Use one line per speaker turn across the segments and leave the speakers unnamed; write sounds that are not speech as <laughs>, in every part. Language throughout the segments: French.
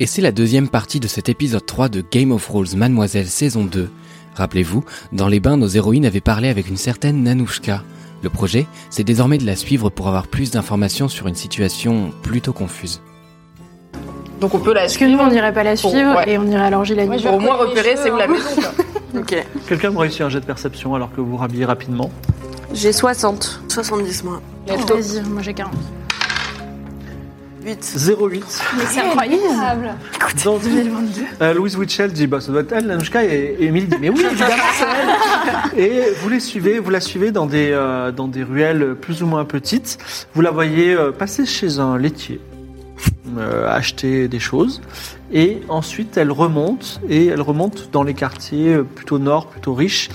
Et c'est la deuxième partie de cet épisode 3 de Game of Thrones Mademoiselle saison 2. Rappelez-vous, dans les bains, nos héroïnes avaient parlé avec une certaine Nanouchka. Le projet, c'est désormais de la suivre pour avoir plus d'informations sur une situation plutôt confuse.
Donc on peut la
Est-ce que nous on n'irait pas la suivre
Ouais.
et on irait à l'orgie la nuit
Pour au moins repérer c'est où la
hein.
maison.
Ok.
Quelqu'un me réussit un jet de perception alors que vous vous rhabillez rapidement.
J'ai 60. 70 moi.
quoi.
Vas-y, moi j'ai 40.
8.
08.
Mais c'est incroyable
Dans Euh, Louise Witchell dit bah, ça doit être elle, Nanushka, et, et Emily dit mais oui, évidemment, c'est elle. Et vous les suivez, vous la suivez dans des, euh, dans des ruelles plus ou moins petites. Vous la voyez euh, passer chez un laitier, euh, acheter des choses, et ensuite elle remonte, et elle remonte dans les quartiers euh, plutôt nord, plutôt riches,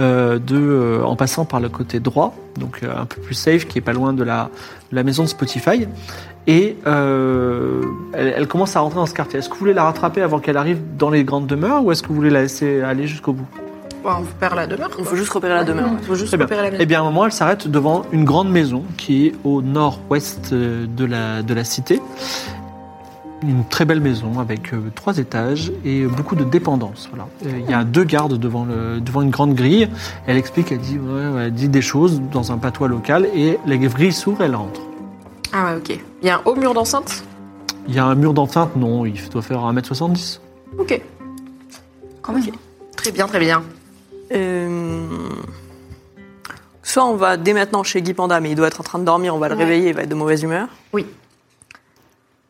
euh, de, euh, en passant par le côté droit, donc euh, un peu plus safe, qui est pas loin de la, de la maison de Spotify. Et euh, elle, elle commence à rentrer dans ce quartier. Est-ce que vous voulez la rattraper avant qu'elle arrive dans les grandes demeures ou est-ce que vous voulez la laisser aller jusqu'au bout
Bah, on perd la demeure.
Il faut juste repérer la demeure.
faut juste
Très bien.
repérer la
Eh
maison.
bien, à un moment, elle s'arrête devant une grande maison qui est au nord-ouest euh, de la, de la cité. Une très belle maison avec euh, trois étages et euh, beaucoup de dépendances. Voilà. Euh, Il y a deux gardes devant, le, devant une grande grille. Elle explique, elle dit, ouais, ouais, elle dit des choses dans un patois local et la grille s'ouvre, elle rentre.
Ah ouais, ok. Il y a un haut mur d'enceinte
Il y a un mur d'enceinte, non, il doit faire 1m70.
Ok.
Quand même.
Très bien, très bien.
Euh, Soit on va dès maintenant chez Guy Panda, mais il doit être en train de dormir, on va le réveiller, il va être de mauvaise humeur.
Oui.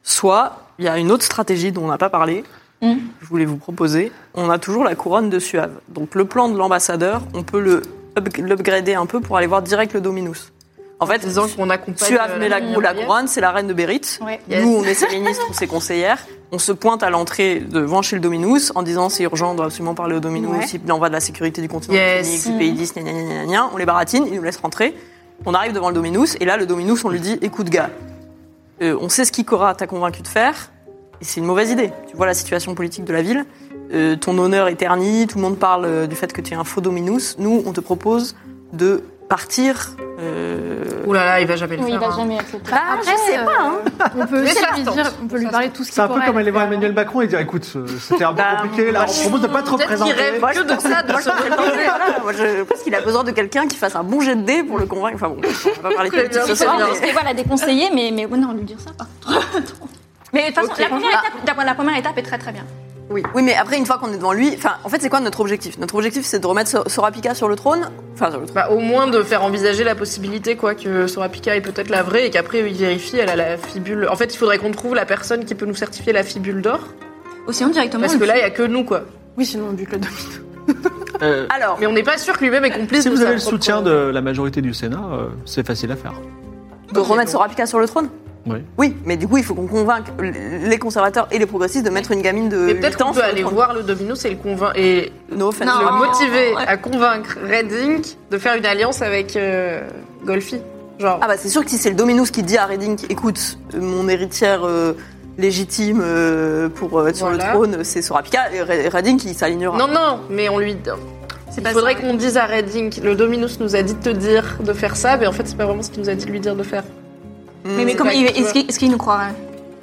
Soit il y a une autre stratégie dont on n'a pas parlé,
Hum.
Mm.
je voulais vous proposer. On a toujours la couronne de Suave. Donc le plan de l'ambassadeur, on peut le up- l'upgrader un peu pour aller voir direct le Dominus. En fait,
Disant qu'on accompagne.
Suave met la,
la
la
couronne.
couronne, c'est la reine de Bérite.
Ouais.
Yes.
Nous, on est ses ministres ou ses conseillères. On se pointe à l'entrée devant chez le Dominus en disant c'est urgent, on doit absolument parler au Dominus.
Ouais.
Il en va de la sécurité du continent
Yes.
phénix, du pays 10, gna, gna, gna, gna, gna. On les baratine, ils nous laissent rentrer. On arrive devant le Dominus et là, le Dominus, on lui dit écoute, gars, euh, on sait ce qu'Ikora t'a convaincu de faire et c'est une mauvaise idée. Tu vois la situation politique de la ville. euh, ton honneur est terni, tout le monde parle euh, du fait que tu es un faux Dominus. Nous, on te propose de partir. euh,
Ouh là là, il va jamais le
Oui,
faire.
il va
hein.
jamais accepter.
Bah,
Après,
je sais
euh,
pas, hein. On peut aussi
ça se
lui
tente.
dire, on peut lui parler tout ce qui
C'est un peu
pourrait
comme aller voir
faire.
Emmanuel Macron et dire écoute, euh, c'était un peu
Bah,
compliqué, là,
moi,
on
je-
propose de pas te
Peut-être qu'il
représenter.
rêve que de ça, de se représenter.
Voilà, moi, je pense qu'il a besoin de quelqu'un qui fasse un bon jet de dés pour le convaincre. Enfin bon, on va pas parler politique ce
Il faut
soir.
bien,
bien.
parce que voilà, déconseiller, mais, mais ouais, non, lui dire ça, par
<laughs>
contre. Mais de toute façon,
Ok.
la, première étape, la- la première étape est très très bien.
Oui. oui, mais après, une fois qu'on est devant lui, enfin, en fait, c'est quoi notre objectif Notre objectif, c'est de remettre Sor- Sorapika sur le trône. Enfin, sur le trône.
Bah, au moins de faire envisager la possibilité quoi que Sorapika est peut-être la vraie et qu'après il vérifie elle a la fibule. En fait, il faudrait qu'on trouve la personne qui peut nous certifier la fibule d'or
Ou sinon, directement.
parce
on
que
le
là il
tue.
y a que nous quoi.
Oui, sinon on bute le domino.
Euh,
Alors,
Mais on n'est pas sûr que lui-même est complice
si
de
vous
sa
avez le
propre-
soutien de la majorité du Sénat, euh, c'est facile à faire.
de remettre Sorapika sur le trône
Oui.
Oui, mais du coup, il faut qu'on convainque l- les conservateurs et les progressistes de mettre une gamine de
Mais
8
peut-être
ans
qu'on peut
sur
aller
le trône.
voir le Dominus et le convaincre et
No offense.
Non.
le
Oh.
motiver à convaincre Red Inc de faire une alliance avec euh, Golfi. Genre
Ah bah c'est sûr que si c'est le Dominus qui dit à Redding, écoute, euh, mon héritière euh, légitime euh, pour euh, être sur
Voilà.
le trône, c'est Sorapika, et Re- Redding qui s'alignera.
non non, mais on lui il
pas
faudrait
ça.
qu'on dise à Red Inc, le Dominus nous a dit de te dire de faire ça, mais en fait c'est pas vraiment ce qu'il nous a dit de lui dire de faire.
Hmm.
Mais, mais
c'est
comment
pas
il-
que tu
est-ce qu'il est-ce qu'il nous croirait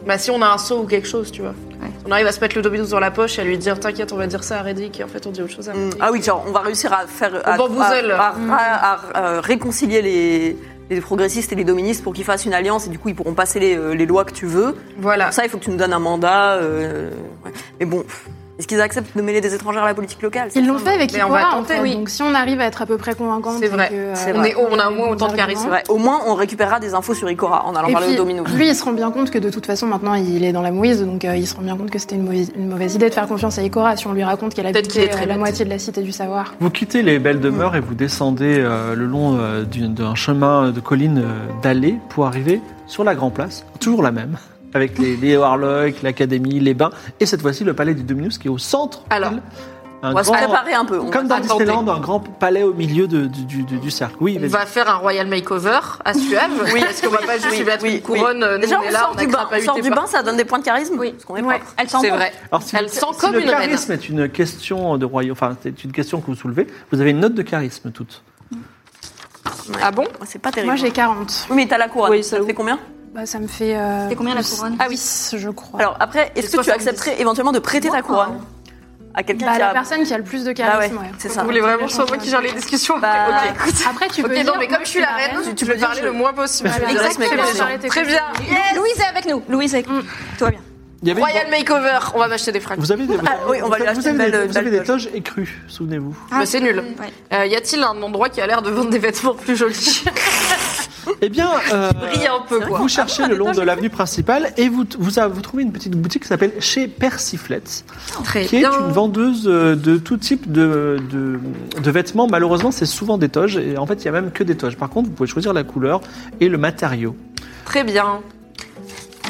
Bah si on a un seau ou quelque chose, tu vois.
Ouais.
On arrive à se mettre le Dominus dans la poche et à lui dire t'inquiète, on va dire ça à Reddick et en fait on dit autre chose à
Hmm.
Reddick.
Ah oui, genre on va réussir à faire à,
bamboozle.
à- à- à- à- à réconcilier les, les progressistes et les doministes pour qu'ils fassent une alliance et du coup ils pourront passer les, euh, les lois que tu veux.
Voilà.
Pour ça, il faut que tu nous donnes un mandat. euh, ouais. Mais bon, pff, Est-ce qu'ils acceptent de mêler des étrangers à la politique locale
Ils l'ont fait avec
Mais on
Ikora,
va
en
tenter,
fait.
oui.
Donc si on arrive à être à peu près convaincant,
C'est vrai,
euh,
c'est
vrai. Oh, On est- on a au moins autant de charisme.
C'est vrai. Au moins, on récupérera des infos sur Ikora en allant
Et
parler
puis,
au Domino.
lui, il se rend bien compte que de toute façon, maintenant, il est dans la mouise, donc euh, il se rend bien compte que c'était une mauvaise, une mauvaise idée de faire confiance à Ikora si on lui raconte qu'elle a euh,
Peut-être qu'il est très
la
bête.
moitié de la cité du savoir.
Vous quittez les belles demeures et vous descendez euh, le long euh, d'une- d'un chemin de collines euh, d'allées pour arriver sur la Grand Place, toujours la même, avec les, les Warlocks, l'académie, les bains, et cette fois-ci le palais du Dominus qui est au centre.
Alors,
un
On va se
grand-
préparer un peu. on
Comme
va
dans
se tenter.
Disneyland, un grand palais au milieu de- du, du- du- du cercle. Oui,
on
vas-y.
va faire un royal makeover à <laughs> Suave.
Oui,
est-ce qu'on va pas juste y mettre
oui,
une couronne euh, nous,
Déjà,
on
on,
est là,
sort
a
du bain. On
crapahuté
sort du
par-
bain, ça donne des points de charisme.
Oui.
Parce qu'on est
Ouais.
propre.
Elle sent
C'est
bon.
vrai.
Alors, si,
Elle
si
sent comme
le
une veine.
charisme est une question de royaume, enfin c'est une question que vous soulevez, vous avez une note de charisme toute.
Ah bon
Ouais, C'est pas terrible.
Moi, j'ai 40.
Oui, mais t'as la couronne.
Oui,
ça
ça-
te fait combien
Bah, ça me fait. euh,
C'était combien la
plus
couronne
Ah oui, je crois.
Alors après, est-ce
C'est
que tu
70.
accepterais éventuellement de prêter ta couronne à quelqu'un
bah,
qui
la
a
personne qui a le plus de
Bah ouais,
charisme, ouais.
c'est
Vous
ça.
voulez vraiment sur moi qui gère les discussions
Bah,
Ok, écoute.
Après, tu peux.
Ok,
dire,
non, mais
moi,
comme je
je
suis la reine, tu, peux
peux dire
parler
que-
le moins possible.
Voilà.
Je te laisse
Exactement.
mes questions.
Bah, Je vais arrêter
Très
tes
bien.
Louise est avec nous. Louise est avec nous.
Tout va bien.
Il y avait une-
Royal makeover. On va m'acheter des fringues.
Vous avez des,
Ah, oui, on va lui
vous avez
acheter une
des-
belle-
vous avez
belle
des
poche.
toges écrues, souvenez-vous.
Mais c'est nul.
Ouais.
Euh, y a-t-il un endroit qui a l'air de vendre des vêtements plus jolis
Eh bien, euh,
Brille un
hein.
peu quoi.
Vous cherchez
Ah,
le long de l'avenue principale et vous, vous, vous trouvez une petite boutique qui s'appelle Chez Persiflette,
Eh
Très
qui est une vendeuse euh, de tout type de, de, de vêtements. Malheureusement, c'est souvent des toges et en fait, il n'y a même que des toges. Par contre, vous pouvez choisir la couleur et le matériau.
Très bien.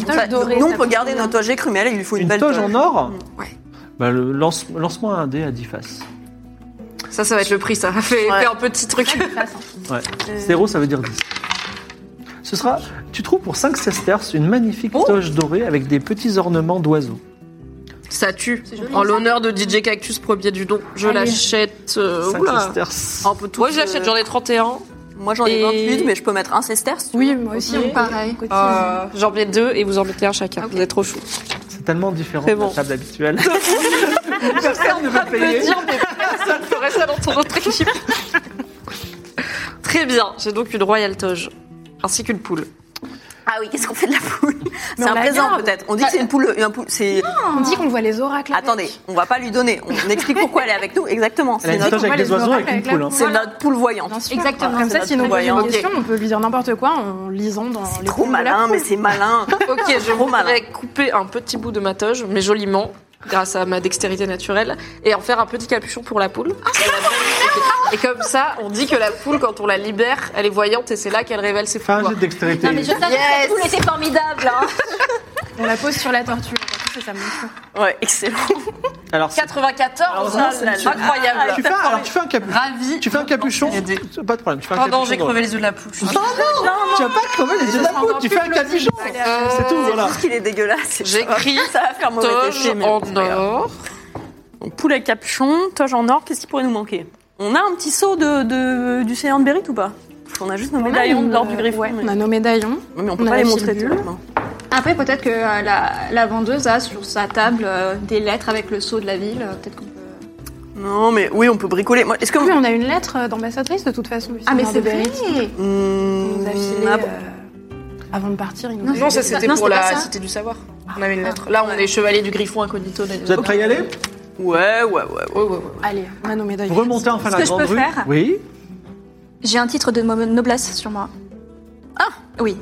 Ça- Nous, on peut garder nos toges écrues, mais elle, il lui faut une,
Une
belle
toge en or
Ouais.
bah, le- lance, Lance-moi un dé à 10 faces.
Ça, ça va être le prix. Ça <laughs> fait,
Ouais.
fait un petit truc.
Ouais. 0, ça veut dire 10. Ce sera, tu trouves pour 5 sesterces une magnifique
Oh
toge dorée avec des petits ornements d'oiseaux.
<laughs> Ça tue.
joli,
En
ça.
l'honneur de DJ Cactus, premier du don. Je
Allez.
l'achète. euh,
5
oula.
sesterces.
On peut tous,
Moi, je l'achète.
euh,
J'en ai 31.
Moi, j'en ai
Et-
28, mais je peux mettre un sesterce.
Oui, moi aussi,
Ok.
on pareil. cotise.
Euh, J'en mets deux et vous en mettez un chacun. Vous êtes trop chou.
C'est tellement différent
C'est
de la
bon.
table habituelle. Personne ne veut payer.
Personne ferait ça dans ton autre équipe. Très bien. J'ai donc une royal toge. Ainsi qu'une poule.
Ah oui, qu'est-ce qu'on fait de la <laughs> poule C'est
on
un
la
présent,
garde.
peut-être. On dit que c'est une poule. Une poule c'est...
On dit qu'on voit les oracles. avec.
Attendez, on va pas lui donner. On explique pourquoi elle est avec nous. Exactement.
Elle a
C'est
une
notre,
toge avec
les
des oiseaux,
oracles
avec une
avec la
poule. hein.
c'est notre poule voyante.
Bien sûr.
Exactement.
Comme ça,
C'est
si
notre
nous posons
voyant.
une question, on peut lui dire n'importe quoi en lisant dans les
Trop
points de la
malin,
poule.
mais c'est malin.
Ok, je
Trop malin.
voudrais couper un petit bout de ma toge, mais joliment, grâce à ma dextérité naturelle, et en faire un petit capuchon pour la poule. et comme ça, on dit que la poule, quand on la libère, elle est voyante et c'est là qu'elle révèle ses
Fais un
pouvoirs.
jet de dextérité.
Non, mais je savais
Yes.
que tout était formidable. hein.
On la pose sur la tortue. Ça, ça me fout.
Ouais, excellent.
Alors, c'est-
94,
Alors, ça,
là,
c'est-
incroyable.
tu fais, un- alors, tu fais un capuchon.
Ravi.
Tu fais un capuchon. Pas de problème. Tu fais un
Oh non, j'ai
capuchon.
crevé les yeux de la poule.
Oh non, tu vas pas crever les yeux de la poule. Tu fais un capuchon. C'est tout, voilà.
Juste qu'il est dégueulasse.
J'écris
<laughs> Ça va faire mauvais
Euh, Toge
effet, mais bon, c'est
en
pas grave.
or.
Donc, poule avec capuchon, toge en or, qu'est-ce qui pourrait nous manquer On a un petit seau de, de- du séant de Bérite ou pas On a euh, juste nos médaillons d'or du griffon.
Ouais,
mais...
on a nos médaillons.
mais on peut
on a
pas les
la
montrer tout
fibule.
de suite, non.
Bah, Après, peut-être que euh, la, la vendeuse a sur sa table euh, des lettres avec le sceau de la ville. euh, Peut-être qu'on peut.
Non, mais oui, on peut bricoler. Moi, Est-ce que.
Oui, on a une lettre euh, d'ambassadrice de toute façon. du
Ah, mais
Seigneur
c'est
de
vrai
Bérite. Il
Mmh,
nous a filé,
ah bon.
euh, avant de partir, il nous a
Non,
filé-
ça Ah. c'était
Non,
pour
c'était
la
pas ça.
cité du savoir. On avait une lettre. Là, on est chevalier du griffon incognito.
Vous êtes prêts à y aller
Ouais, ouais, ouais.
Ouais, ouais, ouais.
Allez, on a nos médaillons.
Vous remontez enfin
Ce
la
que je
grande
peux
rue.
faire.
Oui.
J'ai un titre de mo- noblesse sur moi. Ah Oui.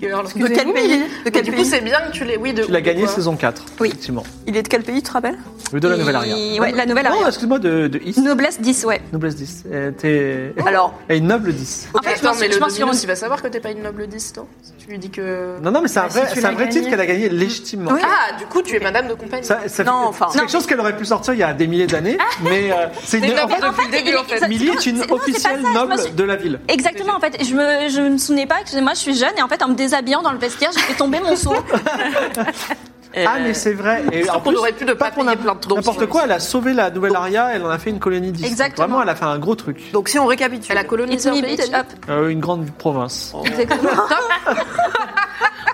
Girl.
De quel pays De
Mais
quel
du
pays
coup, c'est bien que tu l'aies. Oui, de.
Tu l'as gagné
de quoi
saison 4.
Oui.
Effectivement.
Il est de quel pays, tu te rappelles
Oui, de la
Et-
nouvelle arrière.
ouais, la nouvelle
Non,
arrière.
excuse-moi, de, de Is.
Noblesse 10, ouais.
Noblesse 10. Euh, T'es.
Alors,
Et noble 10.
En fait, je
Attends,
pense-
mais
je
le
pense
Dominus,
sur-
il va savoir que t'es pas une noble 10, non Si tu lui dis que.
Non, non, mais c'est un
Ah, si
vrai,
tu
c'est
l'as
un vrai titre
gagné.
qu'elle a gagné légitimement.
Ah, du coup, tu es madame de compagnie.
Ça, ça-
Non, enfin.
c'est quelque chose qu'elle aurait pu sortir il y a des milliers d'années, mais euh, c'est une.
T'es noble
en fait,
depuis le début, en fait.
Millie est une
c'est- non, c'est pas ça, je
officielle
me
noble
suis-
de la ville.
Euh,
Exactement, en fait, je me, je me souvenais pas, excusez-moi, je suis jeune, et en fait, en me déshabillant dans le vestiaire, j'ai fait tomber mon
<laughs>
seau.
Euh,
Ah, mais c'est vrai. Et
qu'on aurait pu ne pas
pour
payer
n'im-
plein de dons
N'importe
sur
quoi, elle a sauvé la nouvelle aria, elle en a fait une colonie d'ici.
Exactement.
Vraiment, elle a fait un gros truc.
donc si on récapitule.
Elle a
It's
colonisé un
me,
pays,
bitch,
t'as
hop.
dit
Euh, une grande province.
Exactement.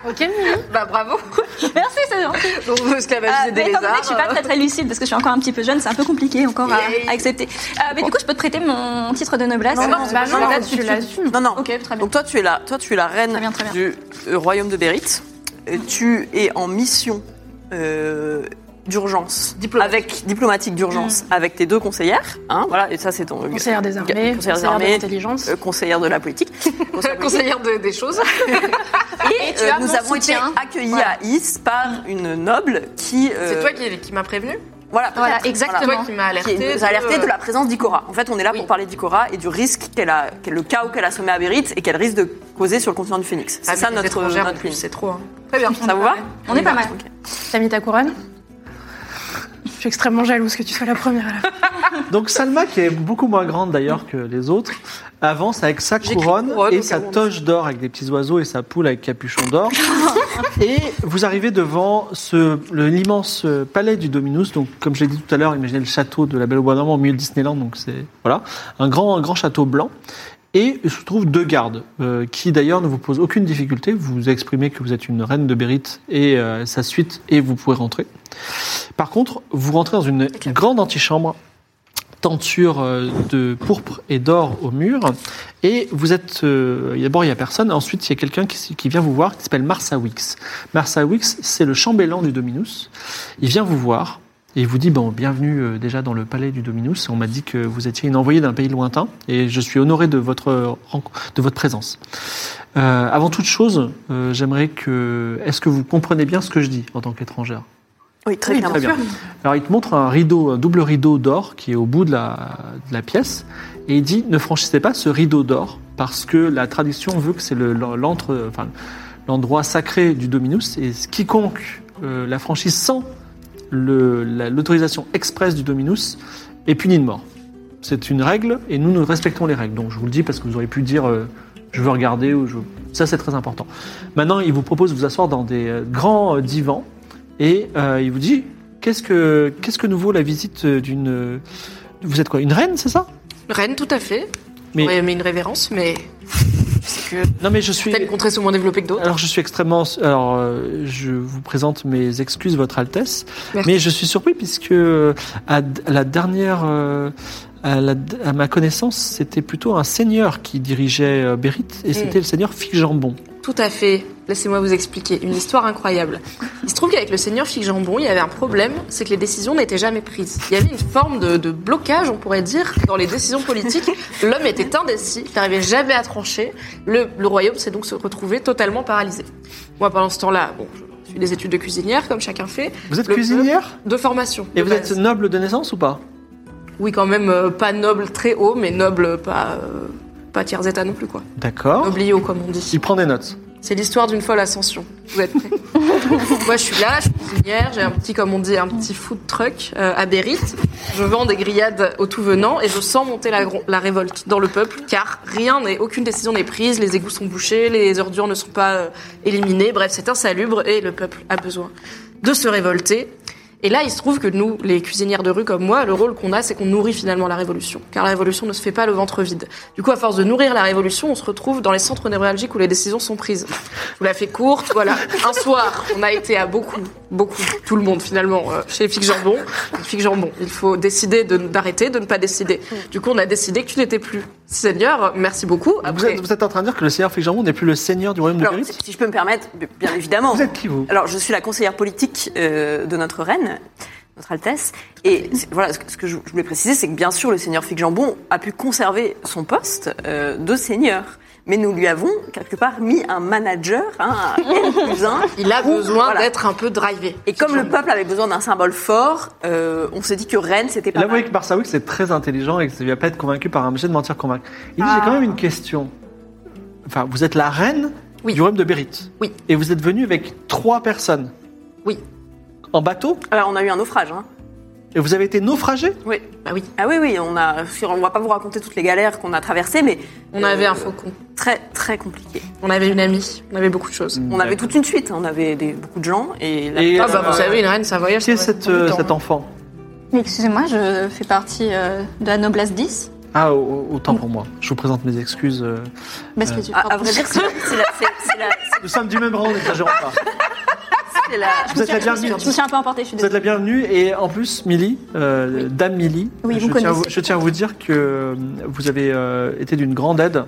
Ok, Mimi.
Bah, <laughs> bravo.
<laughs> Merci, c'est gentil.
Donc, vous esclavagisez
Euh,
des
mais étant donné que je suis pas <laughs>
lézards.
très très lucide, parce que je suis encore un petit peu jeune, c'est un peu compliqué encore à,
Yay.
à accepter. Euh, mais du coup, je peux te prêter mon titre de noblesse Euh,
Non, non,
Bah
c'est
non,
pas
non,
grave,
tu l'assumes.
Non, non.
Ok, très bien.
Donc toi, tu es la, toi, tu es la reine
Très bien, très bien.
du euh, royaume de Bérite. Euh, Tu es en mission euh, d'urgence, avec diplomatique
Mm.
d'urgence, avec tes deux conseillères, hein, voilà, et ça c'est ton
Conseillère des armées,
conseillère, des
conseillère de
armées,
l'intelligence.
euh, conseillère de
<laughs>
la politique. Conseillère politique.
conseillère de- des
Euh,
choses.
Et, euh,
as
nous
mon
avons
soutien.
été accueillis à Is par une noble qui, euh,
C'est toi qui, qui m'a prévenu
voilà,
Voilà,
peut-être,
exactement.
Toi qui m'a
qui
alerté. euh,
nous a alerté de la présence d'Ikora. En fait, on est là
Oui.
pour parler d'Ikora et du risque qu'elle a, qu'elle- le chaos qu'elle a semé à Bérite et qu'elle risque de causer sur le continent du Phoenix. C'est
Ah,
ça
mais les
notre,
étrangères, en
notre
plus,
ligne.
C'est trop. hein. Très bien.
Ça vous va
On est pas mal.
Ok.
T'as mis ta couronne Je suis extrêmement jalouse que tu sois la première à la faire.
Donc Salma, qui est beaucoup moins grande d'ailleurs que les autres, avance avec sa
J'écris
couronne
couronne
et
au cas
sa
où on-
toche d'or avec des petits oiseaux et sa poule avec capuchon d'or. et vous arrivez devant ce- le- l'immense euh, palais du Dominus. Donc, comme je l'ai dit tout à l'heure, imaginez le château de la Belle au Bois dormant au milieu de Disneyland. Donc, c'est voilà, un grand, un grand château blanc. Et se trouvent deux gardes euh, qui d'ailleurs ne vous posent aucune difficulté. Vous exprimez que vous êtes une reine de Bérite et euh, sa suite, et vous pouvez rentrer. Par contre, vous rentrez dans une grande antichambre tenture euh, de pourpre et d'or au mur. Et vous êtes. euh, D'abord, il n'y a personne. Ensuite, il y a quelqu'un qui, s- qui vient vous voir qui s'appelle Marsa Wicks. Marsa Wicks, c'est le chambellan du Dominus. Il vient vous voir et il vous dit Bon, bienvenue euh, déjà dans le palais du Dominus. On m'a dit que vous étiez une envoyée d'un pays lointain et je suis honoré de votre, euh, renco- de votre présence. Euh, avant toute chose, euh, j'aimerais que. Est-ce que vous comprenez bien ce que je dis en tant qu'étrangère
Oui, très bien.
Très bien. Alors il te montre un rideau, un double rideau d'or qui est au bout de la, de la pièce, et il dit ne franchissez pas ce rideau d'or parce que la tradition veut que c'est le- l'entre, enfin, l'endroit sacré du Dominus et quiconque euh, la franchit sans le- la- l'autorisation express du Dominus est puni de mort. C'est une règle et nous nous respectons les règles. Donc je vous le dis parce que vous auriez pu dire euh, je veux regarder ou je veux- ça c'est très important. Maintenant il vous propose de vous asseoir dans des euh, grands euh, divans et euh, il vous dit qu'est-ce que qu'est-ce que nous vaut la visite euh, d'une euh, vous êtes quoi une reine c'est ça
Reine, tout à fait.
Mais-
Mais... J'aurais aimé une révérence, mais. C'est que
Non mais je suis
certaines contrées sont moins développées que d'autres.
alors je suis extrêmement alors euh, je vous présente mes excuses votre altesse
Merci.
mais je suis surpris puisque euh, à d- à la dernière euh, à, la d- à ma connaissance, c'était plutôt un seigneur qui dirigeait euh, Bérite,
Hmm.
et c'était le seigneur Figjambon.
Tout à fait. Laissez-moi vous expliquer une histoire incroyable. Il se trouve qu'avec le seigneur Figjambon, il y avait un problème, c'est que les décisions n'étaient jamais prises. Il y avait une forme de, de blocage, on pourrait dire, dans les décisions politiques. L'homme était indécis, il n'arrivait jamais à trancher. Le, le royaume s'est donc se retrouvé totalement paralysé. Moi, pendant ce temps-là, bon, je suis des études de cuisinière, comme chacun fait,
Vous êtes
Le-
cuisinière
de formation.
et
de
vous
base.
êtes noble de naissance ou pas
Oui, quand même, euh, pas noble très haut, mais noble pas, euh, pas tiers état non plus, quoi.
D'accord.
Noblio, comme on dit.
Il prend des notes.
C'est l'histoire d'une folle ascension. Vous êtes prêts <laughs> Moi, je suis là, je suis cuisinière, j'ai un petit, comme on dit, un petit food truck euh, à Bérite. Je vends des grillades au tout venant et je sens monter la, gron- la révolte dans le peuple, car rien n'est, aucune décision n'est prise, les égouts sont bouchés, les ordures ne sont pas euh, éliminées. Bref, c'est insalubre et le peuple a besoin de se révolter. Et là, il se trouve que nous, les cuisinières de rue comme moi, le rôle qu'on a, c'est qu'on nourrit finalement la révolution. Car la révolution ne se fait pas le ventre vide. Du coup, à force de nourrir la révolution, on se retrouve dans les centres névralgiques où les décisions sont prises. Je vous la fais courte, voilà. Un soir, on a été à beaucoup, beaucoup, tout le monde finalement, euh, chez Fix Jambon. Fix Jambon, il faut décider de- d'arrêter, de ne pas décider. Du coup, on a décidé que tu n'étais plus. Seigneur, merci beaucoup.
Vous
Après,
êtes, vous êtes en train de dire que le seigneur Figjambon n'est plus le seigneur du royaume de
Alors,
Bérite
si si je peux me permettre, bien évidemment.
Vous êtes qui, vous
Alors, je suis la conseillère politique euh, de notre reine, notre Altesse. Et c'est- voilà, ce que, ce que je, je voulais préciser, c'est que bien sûr, le seigneur Figjambon a pu conserver son poste euh, de seigneur. Mais nous lui avons, quelque part, mis un manager, hein,
<laughs>
un N plus un.
il a
Ouh,
besoin
voilà.
d'être un peu drivé.
Et comme le peuple avait besoin d'un symbole fort, euh, on s'est dit que reine, c'était
Là,
Ah
pas
vous voyez
bah.
mal.
que Barsaoui, c'est très intelligent et que ça ne va pas être convaincu par un monsieur de mentir convaincre. Il dit J'ai
Ah.
quand même une question. Enfin, vous êtes la reine
Oui.
du royaume de Bérite.
Oui.
Et vous êtes venue avec trois personnes
Oui.
en bateau
Alors, on a eu un naufrage, hein.
et vous avez été naufragé
Oui.
Bah oui,
Ah oui, oui, on a, on va pas vous raconter toutes les galères qu'on a traversées, mais
on
Euh,
avait un faucon.
très, très compliqué.
On avait une amie, on avait beaucoup de choses.
On avait toute une suite, hein. on avait des, beaucoup de gens et, la-
Mm. Et,
Ah bah
euh,
vous savez, une reine, ça voyage.
Qui est
ça
cette,
va.
euh,
Tout le
cet
temps.
enfant
Mais excusez-moi, je fais partie euh, de la noblesse 10.
Ah, au- au- autant pour moi. Je vous présente mes excuses. euh.
Parce que tu
Ah, à, à vrai dire, c'est c'est la, c'est- c'est la-
Nous sommes du même rang, n'exagérons pas.
c'est la-
Vous êtes
je,
la
me suis,
bienvenue.
je me suis un peu emportée, je suis
Vous êtes
désolée.
la bienvenue et en plus, Milly, euh, Dame Milly,
Oui, vous
je, tiens à
connaissez.
vous, je tiens à vous dire que euh, vous avez euh, été d'une grande aide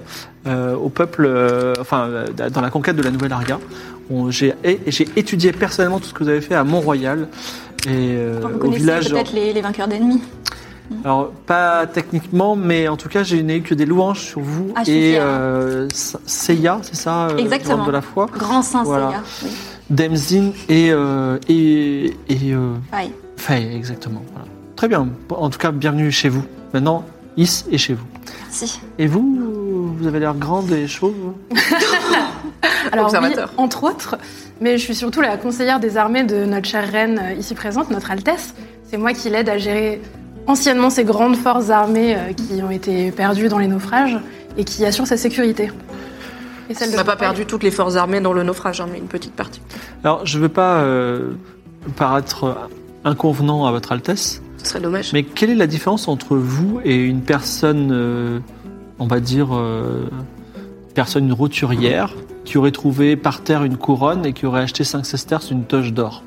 euh, au peuple, euh, enfin, euh, dans la conquête de la Nouvelle Arga. On- J'ai et- et j'ai étudié personnellement tout ce que vous avez fait à Mont-Royal et euh,
Enfin, vous
au
connaissez
village.
peut-être les, les vainqueurs d'ennemis.
Alors, pas techniquement, mais en tout cas, j'ai n'ai eu que des louanges sur vous
Ah, je suis
et
fière.
euh, Sa- Seiya, c'est ça euh,
Exactement.
Grande de la foi.
Grand saint,
Voilà.
Seiya. Oui.
Demzin et. euh, et, et euh,
Faille.
Faye, exactement. Voilà. Très bien. Bon, En tout cas, bienvenue chez vous. Maintenant, Is est chez vous.
Merci.
Et vous, vous avez l'air grande et chauve. hein vous
Alors oui,
Observateur.
entre autres, mais je suis surtout la conseillère des armées de notre chère reine euh, ici présente, notre Altesse. C'est moi qui l'aide à gérer anciennement ces grandes forces armées euh, qui ont été perdues dans les naufrages et qui assurent sa sécurité. Et
On
celle de
n'a pas
Bretagne.
perdu toutes les forces armées dans le naufrage, hein, mais une petite partie.
Alors, je veux pas euh, paraître inconvenant à votre Altesse,
Ce serait dommage.
mais quelle est la différence entre vous et une personne, euh, on va dire, euh, personne une roturière qui aurait trouvé par terre une couronne et qui aurait acheté 5 sesterces une toche d'or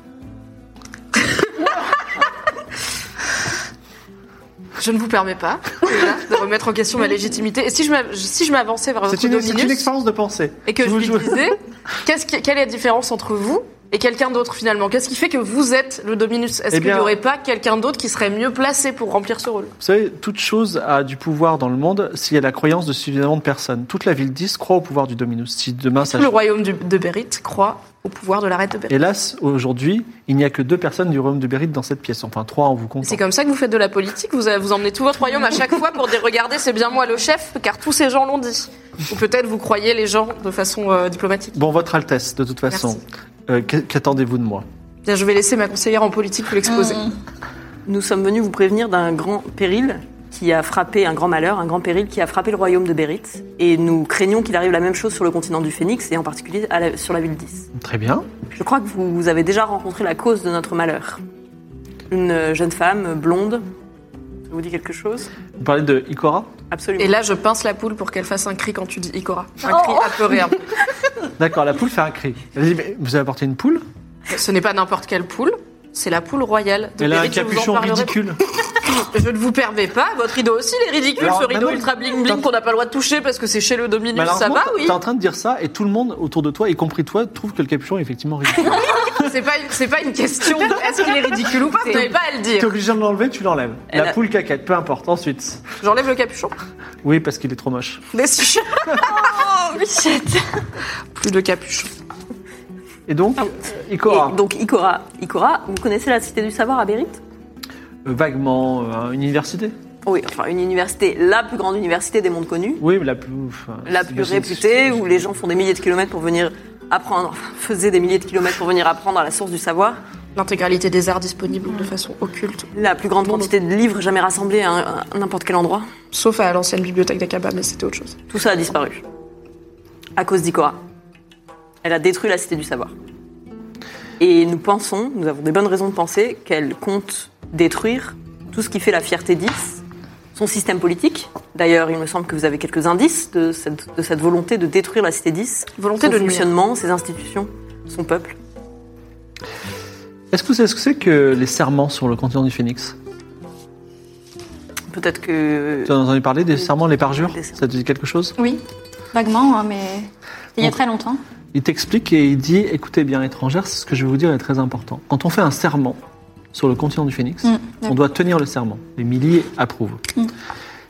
Je ne vous permets pas <laughs> déjà, de remettre en question ma légitimité. Et si je m'a- si je m'avançais vers votre
C'est une, c'est une
Dominus
expérience de pensée.
et que
Si
je
vous
lui
jouez-
disais, qu'est-ce qui- quelle est la différence entre vous et quelqu'un d'autre finalement Qu'est-ce qui fait que vous êtes le Dominus Est-ce
Eh
qu'il n'y
bien-
aurait pas quelqu'un d'autre qui serait mieux placé pour remplir ce rôle
Vous savez, toute chose a du pouvoir dans le monde s'il y a la croyance de suffisamment de personnes. Toute la ville 10 croit au pouvoir du Dominus. Si demain ça
Tout le royaume du- de Bérite croit au pouvoir de la reine de Bérite.
Hélas, aujourd'hui, il n'y a que deux personnes du royaume de Bérite dans cette pièce. Enfin, trois en vous
Et
comptant.
C'est comme ça que vous faites de la politique, vous, vous emmenez tout votre royaume à chaque fois pour dire regardez, c'est bien moi le chef, car tous ces gens l'ont dit. Ou peut-être vous croyez les gens de façon euh, diplomatique.
Bon, votre Altesse, de toute façon, euh, qu'est- qu'attendez-vous de moi
Bien, je vais laisser ma conseillère en politique vous l'exposer.
Nous sommes venus vous prévenir d'un grand péril qui a frappé, un grand malheur, un grand péril qui a frappé le royaume de Bérite. Et nous craignons qu'il arrive la même chose sur le continent du Phénix et en particulier à la- sur la ville 10.
Très bien.
Je crois que vous, vous avez déjà rencontré la cause de notre malheur. Une jeune femme blonde. Ça vous dit quelque chose
Vous parlez de Ikora
Absolument.
Et là, je pince la poule pour qu'elle fasse un cri quand tu dis Ikora. Un cri apeuré. un peu.
D'accord, la poule fait un cri. Elle dit, mais vous avez apporté une poule
Ce n'est pas n'importe quelle poule, c'est la poule royale de
Elle a un
Bérite, je vous en
capuchon
parlerai.
ridicule.
Je ne vous permets pas, votre rideau aussi, il est ridicule,
Alors,
ce rideau
maintenant,
ultra bling bling
t'as-
qu'on n'a pas le droit de toucher parce que c'est chez le Dominus, ça
Malheureusement,
va,
t'es-
oui
T'es en train de dire ça et tout le monde autour de toi, y compris toi, trouve que le capuchon est effectivement
<laughs>
ridicule.
C'est pas, une- c'est pas une question de est-ce qu'il est ridicule ou pas, vous n'avez pas à le
T'es
dire.
obligé de l'enlever, tu l'enlèves.
Elle
La
a-
poule caquette, peu importe. Ensuite.
J'enlève le capuchon.
Oui, parce qu'il est trop moche.
<laughs>
Mais si-
Oh,
Plus de capuchon.
Et donc, euh, Ikora,
Ah. Et donc Ikora. Ikora, vous connaissez la Cité du Savoir à Bérite
euh, vaguement euh, université.
Oui, enfin une université, la plus grande université des mondes connus,
Oui, mais la plus, enfin,
la
c'est-
plus
c'est-
réputée,
c'est-
où les gens font des milliers de kilomètres pour venir apprendre, enfin, faisaient des milliers de kilomètres pour venir apprendre à la source du savoir.
L'intégralité des arts disponibles de façon occulte,
La plus grande quantité de livres jamais rassemblés à un- à n'importe quel endroit.
sauf à l'ancienne bibliothèque d'Akaba, mais c'était autre chose.
Tout ça a disparu. À cause d'Ikora. Elle a détruit la cité du savoir. Et nous pensons, nous avons des bonnes raisons de penser qu'elle compte détruire tout ce qui fait la fierté d'Is, son système politique. D'ailleurs, il me semble que vous avez quelques indices de cette, de cette volonté de détruire la cité d'Is.
Volonté
son
de nuire.
fonctionnement, ses institutions, son peuple.
Est-ce que vous savez ce que c'est que les serments sur le continent du Phénix
Peut-être que.
Tu en as entendu parler des serments, les parjures
Des serments.
Ça te dit quelque chose
Oui, vaguement, hein, mais il y a très longtemps.
Il t'explique et il dit écoutez bien, étrangère, ce que je vais vous dire est très important. Quand on fait un serment sur le continent du Phénix,
Mm,
on
d'accord. Mm.
doit tenir le serment. Les milliers approuvent.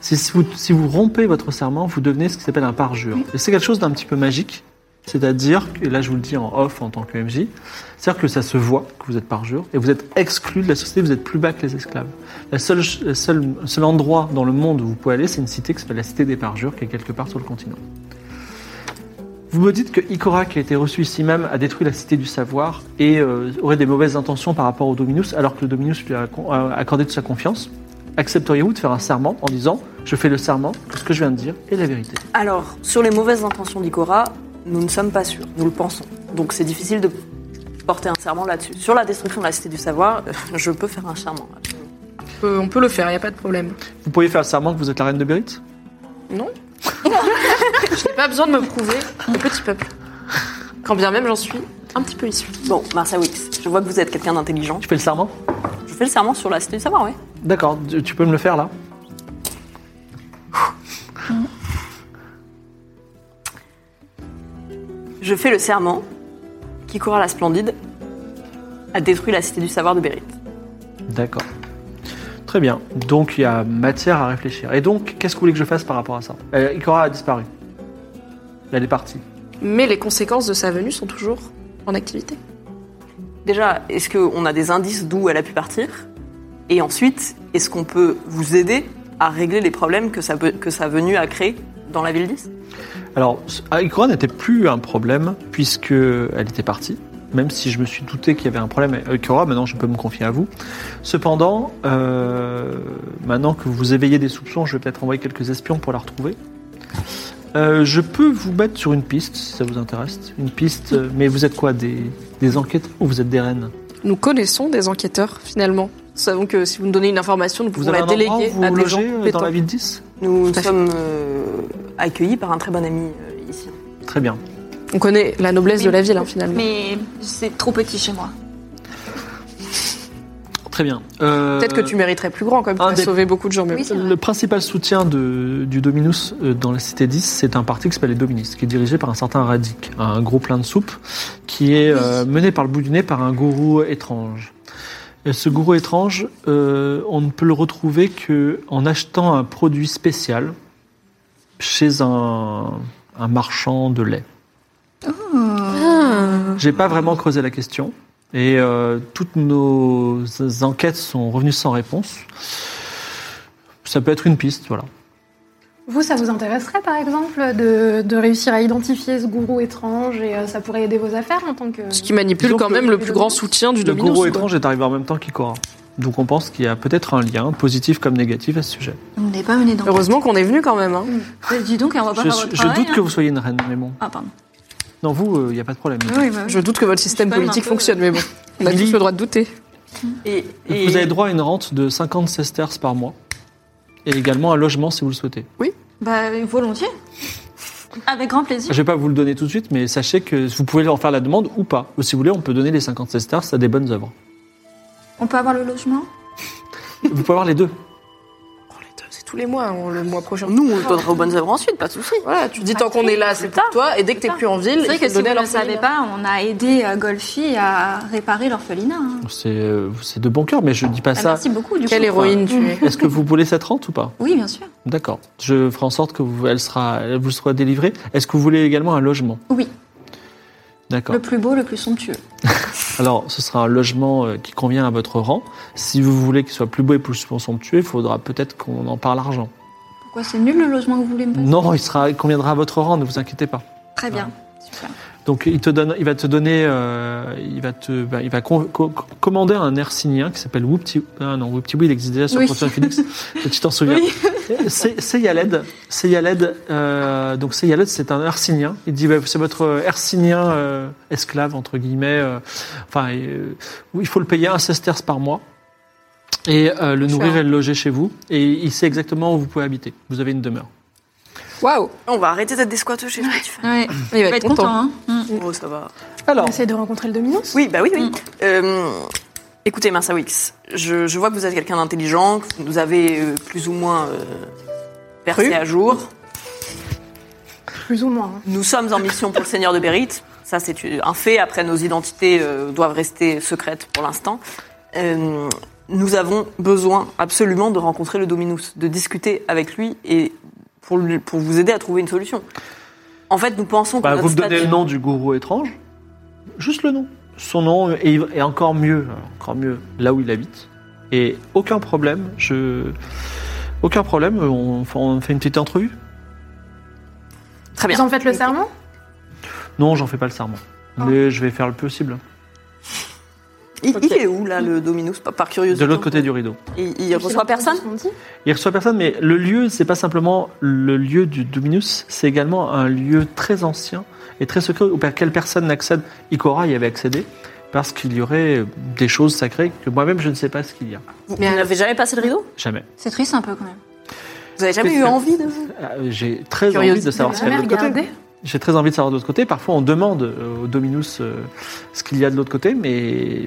Si, si vous, si vous rompez votre serment, vous devenez ce qui s'appelle un parjure.
Mm.
Et c'est quelque chose d'un petit peu magique. C'est-à-dire, que- et là je vous le dis en off en tant que MJ, c'est-à-dire que ça se voit que vous êtes parjure et vous êtes exclu de la société, vous êtes plus bas que les esclaves. La seule, ch- la seule- le seul endroit dans le monde où vous pouvez aller, c'est une cité qui s'appelle la cité des parjures, qui est quelque part sur le continent. Vous me dites que Ikora, qui a été reçu ici même, a détruit la cité du savoir et euh, aurait des mauvaises intentions par rapport au Dominus, alors que le Dominus lui a, con- a accordé toute sa confiance. Accepteriez-vous de faire un serment en disant Je fais le serment que ce que je viens de dire est la vérité
Alors, sur les mauvaises intentions d'Ikora, nous ne sommes pas sûrs, nous le pensons. Donc c'est difficile de porter un serment là-dessus. Sur la destruction de la cité du savoir, <laughs> je peux faire un serment.
On peut, on peut le faire, il n'y a pas de problème.
Vous pourriez faire le serment que vous êtes la reine de Bérite
Non Je n'ai pas besoin de me prouver au petit peuple. Quand bien même j'en suis un petit peu issue.
Bon, Marcia Wicks, je vois que vous êtes quelqu'un d'intelligent.
Tu fais le serment
Je fais le serment sur la cité du savoir, oui.
D'accord, tu- tu peux me le faire là
Je fais le serment qu'Ikora la Splendide a détruit la cité du savoir de Bérite.
D'accord. Très bien. Donc il y a matière à réfléchir. Et donc, qu'est-ce que vous voulez que je fasse par rapport à ça Euh, Ikora a disparu. Elle est partie.
Mais les conséquences de sa venue sont toujours en activité.
Déjà, est-ce qu'on a des indices d'où elle a pu partir Et ensuite, est-ce qu'on peut vous aider à régler les problèmes que sa, que sa venue a créé dans la ville 10
Alors, ce- ah, Ikora n'était plus un problème puisque elle était partie. Même si je me suis douté qu'il y avait un problème avec Ikora, maintenant je peux me confier à vous. Cependant, euh, maintenant que vous éveillez des soupçons, je vais peut-être envoyer quelques espions pour la retrouver. Euh, je peux vous mettre sur une piste, si ça vous intéresse. Une piste, euh, mais vous êtes quoi Des, des enquêtes ou vous êtes des reines
Nous connaissons des enquêteurs, finalement. Nous savons que si vous nous donnez une information, nous
Vous
pouvons
avez
la
un endroit
déléguer
où vous
à des gens
logez euh, dans
compétents.
la ville 10
Nous
Tout à fait.
sommes euh, accueillis par un très bon ami euh, ici.
Très bien.
On connaît la noblesse de la ville, hein, finalement.
Mais c'est trop petit chez moi.
Très bien. Euh,
Peut-être que tu mériterais plus grand, comme tu
un
as
des-
sauvé beaucoup de gens. Mais...
Oui, c'est
Le principal soutien de- du Dominus euh, dans la cité 10, c'est un parti qui s'appelle les Doministes, qui est dirigé par un certain Radik, un gros plein de soupe, qui est euh, mené par le bout du nez par un gourou étrange. Et ce gourou étrange, euh, on ne peut le retrouver que en achetant un produit spécial chez un, un marchand de lait. J'ai pas vraiment creusé la question. Et euh, toutes nos enquêtes sont revenues sans réponse. Ça peut être une piste, voilà.
Vous, ça vous intéresserait par exemple de, de réussir à identifier ce gourou étrange et euh, ça pourrait aider vos affaires en tant que.
Ce qui manipule
Disons
quand
que
même
le
le plus grand
Dominus-
soutien du
Le
Dominus.
gourou
quoi.
étrange est arrivé en même temps qu'Ikora. Donc on pense qu'il y a peut-être un lien, positif comme négatif, à ce sujet.
On n'est pas mené dans
Heureusement qu'on est venu quand même. hein.
Euh, Dis donc, on va pas
Je,
faire votre
je
travail,
doute
hein.
que vous soyez une reine, mais bon.
Ah, pardon.
Non, vous, euh, il n'y a pas de problème.
Oui, bah oui.
Je doute que votre système
Je suis quand même
politique
un peu-
fonctionne, mais bon, on a
Lily-
tous le droit de douter.
Et,
Donc,
et-
Vous avez droit à une rente de 50 sesterces par mois. Et également un logement si vous le souhaitez.
Bah, volontiers. Avec grand
Je
plaisir.
ne vais pas vous le donner tout de suite, mais sachez que vous pouvez en faire la demande ou pas. Ou si vous voulez, on peut donner les 50 sesterces à des bonnes œuvres.
On peut avoir le logement
vous pouvez avoir les deux.
C'est tous les mois, hein, le mois prochain.
Nous, on le donnera aux bonnes œuvres ensuite, pas de souci.
Voilà, tu te
Ah,
dis tant qu'on est là, c'est pour toi, et dès que t'es plus en ville,
C'est vrai
il faut
que si vous
donner à
ne le
leur
savez
famille.
pas, on a aidé euh, Golfi à réparer l'orphelinat. hein.
C'est euh, c'est de bon cœur, mais je ne dis pas
Bah,
ça.
Merci beaucoup, du
Quelle
coup.
héroïne tu
Mmh.
es.
Est-ce que vous voulez cette rente ou pas
Oui, bien sûr.
D'accord. Je ferai en sorte que vous, elle sera, elle vous soit délivrée. Est-ce que vous voulez également un logement
Oui,
D'accord.
le plus beau, le plus somptueux.
Alors, ce sera un logement euh, qui convient à votre rang. Si vous voulez qu'il soit plus beau et plus somptueux, il faudra peut-être qu'on en parle argent.
Pourquoi c'est nul le logement que vous voulez me passer
Non, il, sera, il conviendra à votre rang, ne vous inquiétez pas.
Très bien,
Ah.
super.
Donc, il, te donne, il va te donner, euh, il va, te, bah, il va con- co- commander un hercynien qui s'appelle Whoopty. Ah non, Whoopty, oui, il existe déjà sur
Oui.
Frontier Phoenix. tu t'en souviens. C'est c'est Yaled. C'est Yaled. euh, donc c'est Yaled, c'est un Hercynien. Il dit, bah, c'est votre Hercynien euh, esclave, entre guillemets. euh, enfin, euh, où il faut le payer un sesterce par mois. Et euh, le nourrir
Cher.
et le loger chez vous. Et il sait exactement où vous pouvez habiter. Vous avez une demeure.
Waouh,
On va arrêter d'être des squatteurs chez nous. tu fais.
Ouais.
il
Il
va
va
être content.
hein.
Oh, ça va.
On
Alors,
essaie de rencontrer le Dominus
Oui, bah oui, oui. Euh, écoutez, Marsa Wix, je, je vois que vous êtes quelqu'un d'intelligent, que vous nous avez euh, plus ou moins euh, versé
Cru.
à jour.
Plus ou moins. hein.
Nous sommes en mission pour le Seigneur de Bérite. Ça, c'est un fait. Après, nos identités euh, doivent rester secrètes pour l'instant. Euh, nous avons besoin absolument de rencontrer le Dominus, de discuter avec lui et pour, lui- pour vous aider à trouver une solution. En fait, nous pensons que
bah,
notre
vous me donnez
statut-
le nom du gourou étrange. Juste le nom. Son nom et, et encore mieux, encore mieux, là où il habite. Et aucun problème, je... Aucun problème, on, on fait une petite entrevue.
Très bien.
Vous en faites le serment
Non, j'en fais pas le serment. Mais je vais faire le possible.
Il, il est où là le Dominus par, par curiosité
De l'autre côté du rideau.
Il, il reçoit personne
Il reçoit personne, mais le lieu, c'est pas simplement le lieu du Dominus, c'est également un lieu très ancien et très secret auquel personne n'accède. Ikora y avait accédé parce qu'il y aurait des choses sacrées que moi-même je ne sais pas ce qu'il y a.
Vous, vous n'avez jamais passé le rideau
Jamais.
C'est triste un peu quand même.
Vous n'avez jamais
Qu'est-ce
eu
que-
envie de
Euh, J'ai très envie
Curiosité,
de savoir ce qu'il y a
Jamais
de l'autre côté.
regardé.
J'ai très envie de savoir de l'autre côté. Parfois, on demande euh, au Dominus euh, ce qu'il y a de l'autre côté, mais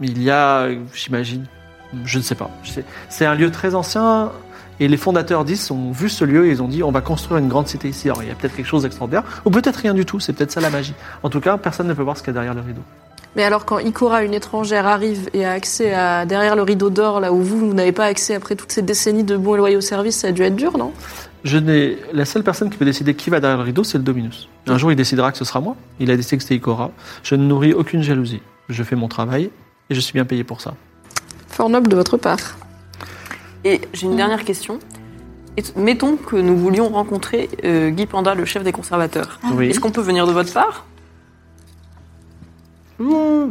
Il y a, euh, j'imagine, je ne sais pas. Je sais- C'est un lieu très ancien et les fondateurs disent, ont vu ce lieu et ils ont dit, on va construire une grande cité ici. Alors il y a peut-être quelque chose d'extraordinaire ou peut-être rien du tout. C'est peut-être ça la magie. En tout cas, personne ne peut voir ce qu'il y a derrière le rideau.
Mais alors quand Ikora, une étrangère, arrive et a accès à derrière le rideau d'or, là où vous, vous n'avez pas accès après toutes ces décennies de bons et loyaux services, ça a dû être dur, non
Je n'ai la seule personne qui peut décider qui va derrière le rideau, c'est le Dominus. Un jour, il décidera que ce sera moi. Il a décidé que c'était Ikora. Je ne nourris aucune jalousie. Je fais mon travail et je suis bien payé pour ça.
Fort noble de votre part.
Et j'ai une dernière question. Et- mettons que nous voulions rencontrer euh, Guy Panda, le chef des conservateurs.
Oui.
Est-ce qu'on peut venir de votre part
Ouh,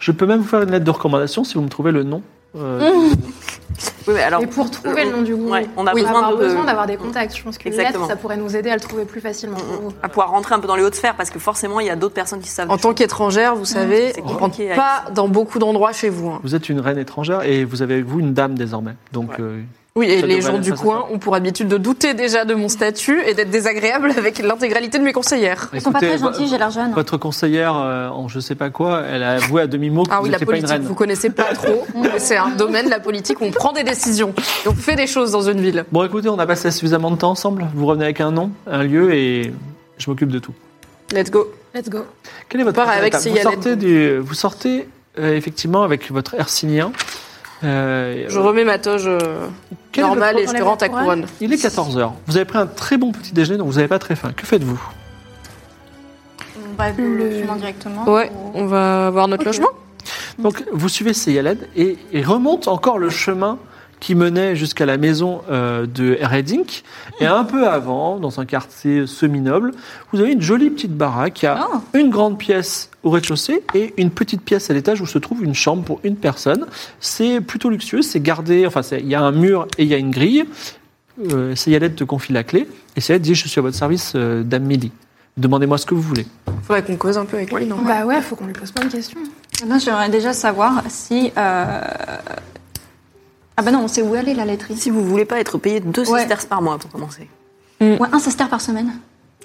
Je peux même vous faire une lettre de recommandation si vous me trouvez le nom. euh,
Oui, mais alors. euh,
Et pour trouver le nom du gourou,
Ouais, on
on va
a besoin
avoir
de-
besoin d'avoir des contacts. Je pense qu'une
Exactement. Mm,
lettre, ça pourrait nous aider à le trouver plus facilement.
à pouvoir rentrer un peu dans les hautes sphères parce que forcément il y a d'autres personnes qui savent.
En tant qu'étrangère,
Mmh,
vous savez,
c'est
on rentre
compliqué,
pas dans beaucoup d'endroits chez vous. hein.
Vous êtes une reine étrangère et vous avez vous une dame désormais. Donc euh,
Oui, et
Ça
les
devrait-
gens du
ça, ça
coin
va.
ont pour habitude de douter déjà de mon statut et d'être désagréable avec l'intégralité de mes conseillères.
Ils sont pas
écoutez, bah,
très gentils, j'ai l'air jeune.
Votre conseillère euh, en je sais pas quoi, elle a avoué à demi mot que
Ah
vous
oui, la
n'étiez pas une
politique,
reine.
vous connaissez pas trop. mais c'est un domaine, la politique, où on prend des décisions et on fait des choses dans une ville.
Bon, écoutez, on a passé suffisamment de temps ensemble. Vous revenez avec un nom, un lieu et je m'occupe de tout.
Let's go.
Let's go.
Quelle est votre
Part
prochaine
avec
étape
s'il
vous
y a la-
sortez, du, vous sortez euh, effectivement avec votre hercynien. Euh,
Je remets ma toge euh,
quel est votre-
normale et je
on
te
enlève
rends ta
la couronne
couronne.
Il est 14h. Vous avez pris un très bon petit déjeuner, donc vous n'avez pas très faim. Que faites-vous
On va le
Le-
chemin directement.
Ouais,
ou-
on va voir notre logement.
Donc vous suivez Seyaled et, et remonte encore le chemin qui menait jusqu'à la maison euh, de Redink. Et un peu avant, dans un quartier semi-noble, vous avez une jolie petite baraque. Il y a une grande pièce au rez-de-chaussée et une petite pièce à l'étage où se trouve une chambre pour une personne. C'est plutôt luxueux, c'est gardé, enfin c'est- il y a un mur et il y a une grille. Euh, Seyaled te confie la clé et Seyaled dit « Je suis à votre service, euh, Dame Millie. Demandez-moi ce que vous voulez. »
Faudrait qu'on cause un peu avec lui, non
Bah ouais, faut qu'on lui pose plein de questions.
Moi, j'aimerais déjà savoir si. euh, Ah bah non, on sait où aller la laiterie.
Si vous voulez pas être payé deux
Ouais.
sesterces par mois pour commencer.
Mm.
Ouais, un sesterce par semaine.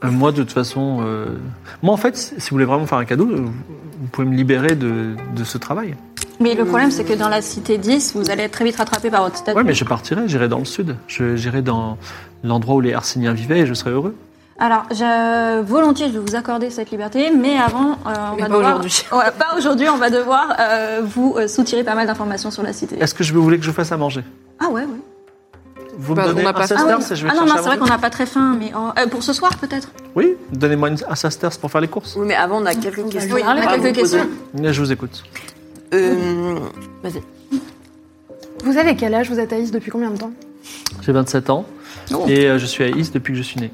Euh, Moi, de toute façon, euh, moi en fait, si vous voulez vraiment faire un cadeau, euh, vous pouvez me libérer de, de ce travail.
Mais
Mm.
le problème, c'est que dans la cité 10, vous allez être très vite rattrapé par votre statut.
Ouais, mais je partirai, j'irai dans le sud, Je- j'irai dans l'endroit où les Arsiniens vivaient et je serai heureux.
Alors, je, volontiers, je vais vous accorder cette liberté, mais avant, euh, on
Mais
va
pas
devoir...
aujourd'hui.
<laughs> Ouais, pas aujourd'hui, on va devoir euh, vous euh, soutirer pas mal d'informations sur la cité.
Est-ce que je vous voulez que je vous fasse à manger
Ah ouais, ouais.
Vous
Bah,
me
on
donnez
n'a
un
pas faim.
Ah,
sesterce
oui.
et je vais
Ah non,
chercher
non,
à
c'est vrai qu'on
manger
n'a pas très faim, mais en- euh, pour ce soir peut-être.
Oui, donnez-moi une- un sesterce pour faire les courses.
Oui, mais avant on a quelques questions.
Oui, on a
à
quelques
vous poser.
questions.
Là, je vous écoute.
Euh,
Vous avez quel âge Vous êtes à Is depuis combien de temps
J'ai 27 ans
Oh.
et euh, je suis à Is depuis que je suis né.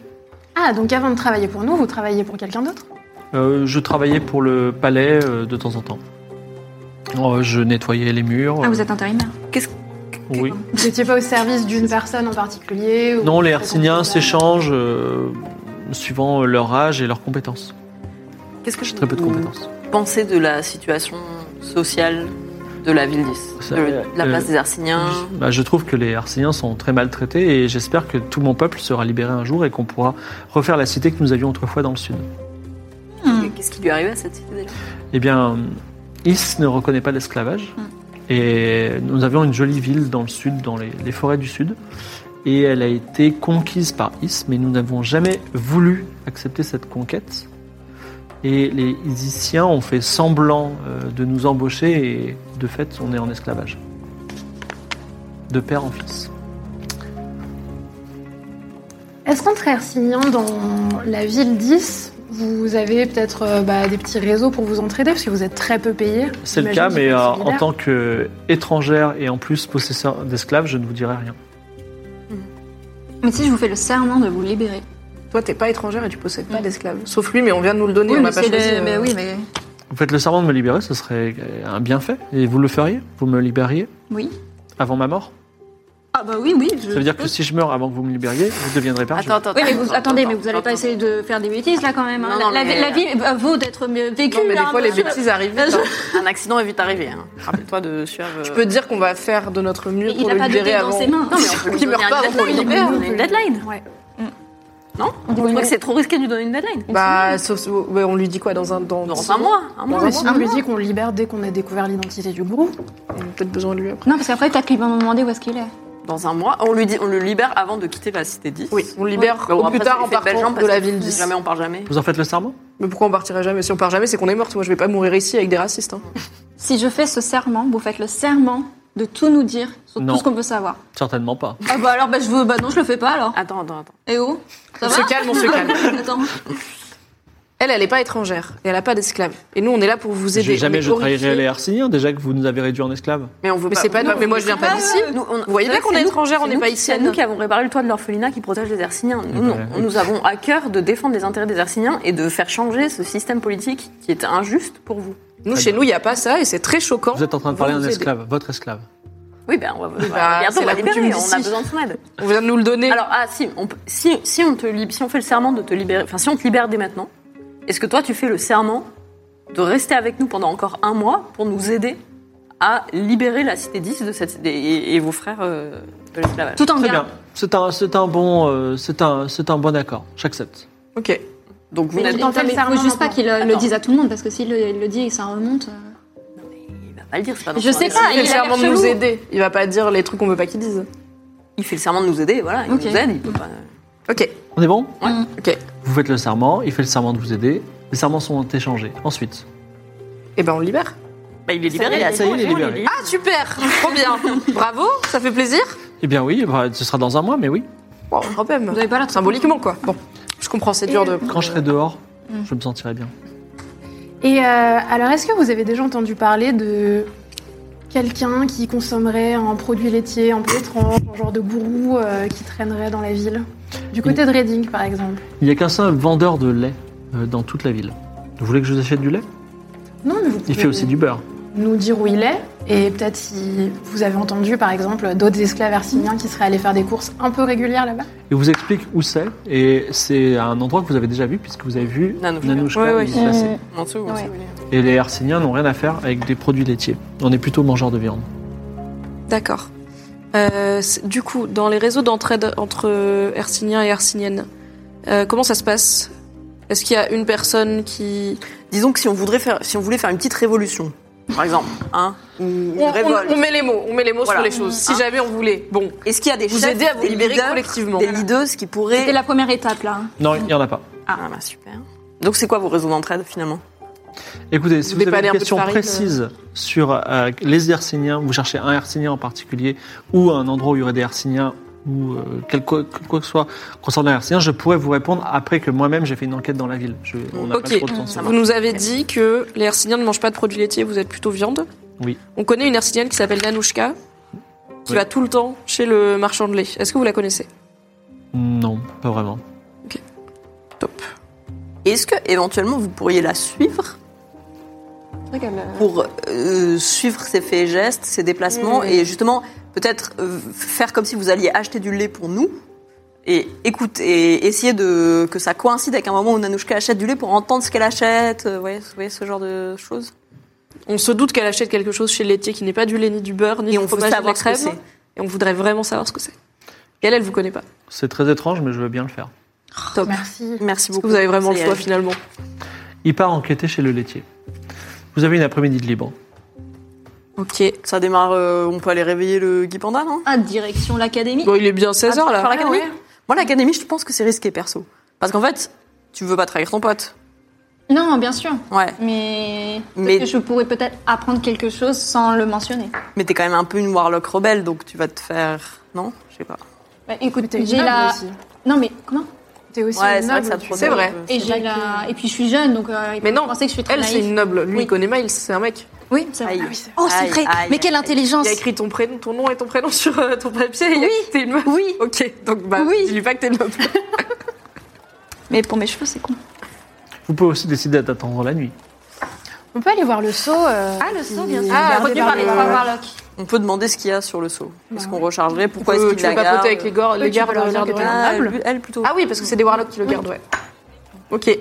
Ah, donc avant de travailler pour nous, vous travaillez pour quelqu'un d'autre
Euh, je travaillais pour le palais euh, de temps en temps. Euh, je nettoyais les murs.
Ah,
euh,
vous êtes intérimaire.
oui.
Vous n'étiez pas au service d'une personne en particulier ou-
Non, les Hercyniens s'échangent euh, suivant euh, leur âge et leurs compétences.
Qu'est-ce que je
Très peu de compétences.
Pensez de la situation sociale de la ville 10,
Ça,
de, de la
euh,
place des Arsiniens.
Je, bah, je trouve que les Hercyniens sont très maltraités et j'espère que tout mon peuple sera libéré un jour et qu'on pourra refaire la cité que nous avions autrefois dans le sud.
Qu'est-ce qui lui arrivait à cette cité déjà
Eh bien, Is ne reconnaît pas l'esclavage et nous avions une jolie ville dans le sud, dans les, les forêts du sud. Et elle a été conquise par Is, mais nous n'avons jamais voulu accepter cette conquête. Et les Isiens ont fait semblant euh, de nous embaucher et de fait, on est en esclavage. De père en fils.
Est-ce qu'entre Hercignan, dans la ville 10, vous avez peut-être euh, bah, des petits réseaux pour vous entraider Parce que vous êtes très peu payé.
C'est le cas, mais euh, en tant qu'étrangère et en plus possesseur d'esclaves, je ne vous dirai rien.
Mais si je vous fais le serment de vous libérer.
Toi, t'es pas étrangère et tu possèdes pas d'esclaves. Sauf lui, mais on vient de nous le donner, on n'a
mais,
pas
c'est
choisi,
des-
euh,
mais oui, mais
Vous faites le serment de me libérer, ce serait un bienfait. Et vous le feriez Vous me libériez
oui.
avant ma mort
Ah, Ah bah oui, oui. Je...
Ça veut dire que si je meurs avant que vous me libériez, vous deviendrez perdu.
Attends, attends,
Oui, mais vous,
attends,
attendez,
attends,
mais vous allez pas
attends,
essayer de faire des bêtises là quand même. hein.
Non, non,
la,
mais-
la vie euh, vaut d'être mieux vécue.
Non, mais des
hein,
fois, les
monsieur.
bêtises arrivent vite, hein.
Un accident est vite arrivé. hein. Rappelle-toi de suave. euh,
Je peux te dire qu'on va faire de notre mieux
Il
pour
a
le
pas de
libérer
dé dans
avant.
ses mains.
Non, mais on peut qu'il meure pas avant qu'on le libère.
une deadline. Ouais.
Non Vous trouvez que c'est trop risqué de lui donner une deadline
Bah, sauf, ouais, on lui dit quoi dans un dans,
Dans un mois. Un mois.
Non, mais sinon, on lui dit qu'on le libère dès qu'on a découvert l'identité du groupe.
On a peut-être besoin de lui après.
Non, parce qu'après, t'as qu'ils vont me demander où est-ce qu'il est.
Dans un mois. On lui dit, on le libère avant de quitter la cité 10.
Oui, on le libère
Bah,
au
bon,
plus
après,
tard
ça
en
fait belle jambe
partant de
parce
la
que
ville 10.
Jamais on part jamais.
Vous en faites le serment
Mais pourquoi on partira jamais Si on part jamais, c'est qu'on est morte. Moi, je vais pas mourir ici avec des racistes. hein.
Si je fais ce serment, vous faites le serment de tout nous dire sur
Non.
tout ce qu'on peut savoir.
Certainement pas.
Ah bah alors, bah, je veux... bah non, je le fais pas alors.
Attends, attends, attends.
Eh oh Ça
On
va
se calme, on se calme.
<laughs> Attends.
<laughs> Elle, elle est pas étrangère et elle a pas d'esclaves. Et nous, on est là pour vous aider.
J'ai
On
jamais
est
je trahirais
horrifiés.
les Hercyniens, déjà que vous nous avez réduits en esclaves.
Mais on veut
Mais c'est pas.
nous,
Mais moi, je viens pas d'ici.
Ah, Nous, on-
Vous voyez
c'est
bien qu'on
vrai
est
que
étrangère,
c'est
on n'est
nous
pas
qui-
ici.
C'est nous qui avons réparé le toit de l'orphelinat qui protège les Hercyniens. Nous, non.
voilà.
nous avons à cœur de défendre les intérêts des Hercyniens et de faire changer ce système politique qui est injuste pour vous.
Nous, chez nous, il y a pas ça et c'est très choquant.
Vous êtes en train de
On
parler
va
d'un
vous aider.
esclave, votre esclave.
Oui, ben, on va,
bah,
bientôt,
c'est
on va
la coutume
libérer, on a
d'ici.
besoin de son aide.
On vient de nous le donner.
Alors, ah, si, on, peut- si, si, on te, lib- si on fait le serment de te libérer, enfin, si on te libère dès maintenant, est-ce que toi, tu fais le serment de rester avec nous pendant encore un mois pour nous aider à libérer la cité 10 de cette, et, et vos frères euh, de l'esclavage
Tout en
Très
bien.
bien. C'est un, c'est un bon, euh, c'est un, c'est un bon accord. J'accepte.
ok.
Donc, vous
Mais
n'êtes
il faut
pas.
juste pas qu'il euh, le
Attends.
le dise à tout le monde parce que s'il le, il le dit et ça remonte. euh,
Il va pas le dire, c'est pas dans
Je
son
sais
intérêt.
pas,
Il fait
Ah, il
le
a l'air
serment de nous
chelou.
aider. Il va pas dire les trucs qu'on veut pas qu'il dise.
Il fait le serment de nous aider, voilà, il
Ok.
nous aide, il peut pas.
Ok.
On est bon
Ok.
Vous faites le serment, il fait le serment de vous aider. Les serments sont échangés. Ensuite,
Et ben, on le libère.
Bah, il est libéré,
est,
il a
ça y est,
bon,
il est
bon,
libéré.
Ah super, trop bien. Bravo, ça fait plaisir.
eh bien oui, bah, ce sera dans un mois, mais oui.
Wow, quand même.
Vous avez pas l'air trop-
Symboliquement quoi. Bon, je comprends, c'est dur de.
Quand je serai dehors, je me sentirai bien.
Et euh, alors, est-ce que vous avez déjà entendu parler de quelqu'un qui consommerait un produit laitier un peu étrange, un genre de gourou euh, qui traînerait dans la ville Du côté de Reading, par exemple.
Il n'y a qu'un seul vendeur de lait euh, dans toute la ville. Vous voulez que je vous achète du lait
Non, mais vous
Il
pouvez
fait aussi du beurre.
nous dire où il est et peut-être si vous avez entendu, par exemple, d'autres esclaves hercyniens qui seraient allés faire des courses un peu régulières là-bas.
Il vous explique où c'est, et c'est un endroit que vous avez déjà vu, puisque vous avez vu
Nanouchka.
Nanouchka
Ouais, ouais.
y se placer.
Euh,
En dessous, on
Ouais.
sait où il est.
Et les Hercyniens n'ont rien à faire avec des produits laitiers. On est plutôt mangeurs de viande.
D'accord. Euh, c'est- du coup, dans les réseaux d'entraide entre Hercyniens et Hercyniennes, euh, comment ça se passe Est-ce qu'il y a une personne qui...
Disons que si on, voudrait faire, si on voulait faire une petite révolution, par exemple, hein, ou une
On, on-
révolte.
on met les mots, on met les mots
Voilà.
sur les choses. Si
Hein.
jamais on voulait. Bon,
Est-ce qu'il y a des
vous
chefs,
aider à vous
des
libérer
leaders,
collectivement.
Des leaders qui pourraient.
C'était la première étape là. hein.
Non, il n'y en a pas.
Ah, bah, super. Donc, c'est quoi vos réseaux d'entraide finalement
Écoutez, si vous, avez
dépannez
une
un peu de
question
farine,
précise sur euh, les Hercyniens, vous cherchez un Hercynien en particulier, ou un endroit où il y aurait des Hercyniens, ou euh, quel- quoi, quoi que ce soit concernant les Hercyniens, je pourrais vous répondre après que moi-même j'ai fait une enquête dans la ville. Je- on n'a
Ok,
pas trop de temps. sur
vous
ça.
nous avez dit que les Hercyniens ne mangent pas de produits laitiers, vous êtes plutôt viande.
Oui.
On connaît une Hercynienne qui s'appelle Nanouchka, qui
Oui.
va tout le temps chez le marchand de lait. Est-ce que vous la connaissez
Non, pas vraiment.
Top.
Est-ce que éventuellement vous pourriez la suivre pour euh, suivre ses faits et gestes, ses déplacements
Mmh.
et justement peut-être euh, faire comme si vous alliez acheter du lait pour nous et écoute et essayer de que ça coïncide avec un moment où Nanouchka achète du lait pour entendre ce qu'elle achète, euh, vous voyez, vous voyez ce genre de choses.
On se doute qu'elle achète quelque chose chez le laitier qui n'est pas du lait, ni du beurre, ni
Et
du
on veut
fromage, ni de la
savoir ce que
crème. Et on voudrait vraiment savoir ce que c'est. Et elle, elle vous connaît pas.
C'est très étrange, mais je veux bien le faire.
Top.
Merci.
Merci
Oh, Est-ce que
beaucoup.
vous avez vraiment le
C'est- euh,
choix finalement
Il part enquêter chez le laitier. Vous avez une après-midi de libre.
Ok.
Ça démarre euh, on peut aller réveiller le Guy Panda, non
Ah, direction l'académie.
Bon, il est bien
Ah, tu
16h
préfères
là.
l'académie Moi l'académie, je pense que c'est risqué perso parce qu'en fait, tu veux pas trahir ton pote.
Non, bien sûr.
Ouais.
Mais, peut-être
Mais-
que je pourrais peut-être apprendre quelque chose sans le mentionner.
Mais t'es quand même un peu une warlock rebelle, donc tu vas te faire. Non Je sais pas.
Bah,
Mais
écoute,
t'es une
j'ai
noble
la.
aussi.
Non mais comment
T'es aussi
Ouais,
une
c'est vrai
noble,
que ça te
tu
protège.
C'est
sais.
vrai.
Et j'ai la. Et puis je suis jeune, donc. euh, il
Mais
peut
non,
penser que je suis très
Elle, c'est
naïf.
une noble. Lui,
Oui.
il connaît Miles, c'est un mec.
Oui, c'est vrai.
Aïe.
Ah oui, c'est- Oh, c'est
Aïe,
vrai.
aïe,
mais quelle intelligence
Il a écrit ton, prénom, ton nom et ton prénom <laughs> sur euh, ton papier. Oui. Il a dit que t'es une meuf.
Oui.
Ok, donc bah,
Oui.
dis-lui pas que t'es noble.
Mais pour mes cheveux, c'est con.
Vous pouvez aussi décider d'attendre la nuit.
On peut aller voir le seau. euh,
Ah, le saut, bien sûr.
Ah,
gardé
retenu par les
le-
trois
warlocks.
On peut demander ce qu'il y a sur le seau. Est-ce
Bah
qu'on rechargerait Pourquoi
Tu
est-ce
peux
qu'il la
papoter
garde
avec les, gor- les
tu
gardes
peux leur
le
dire
garde.
de-
Ah,
Convenable.
elle, elle plutôt.
Ah oui, parce que c'est des warlocks qui le gardent, ouais. Ok,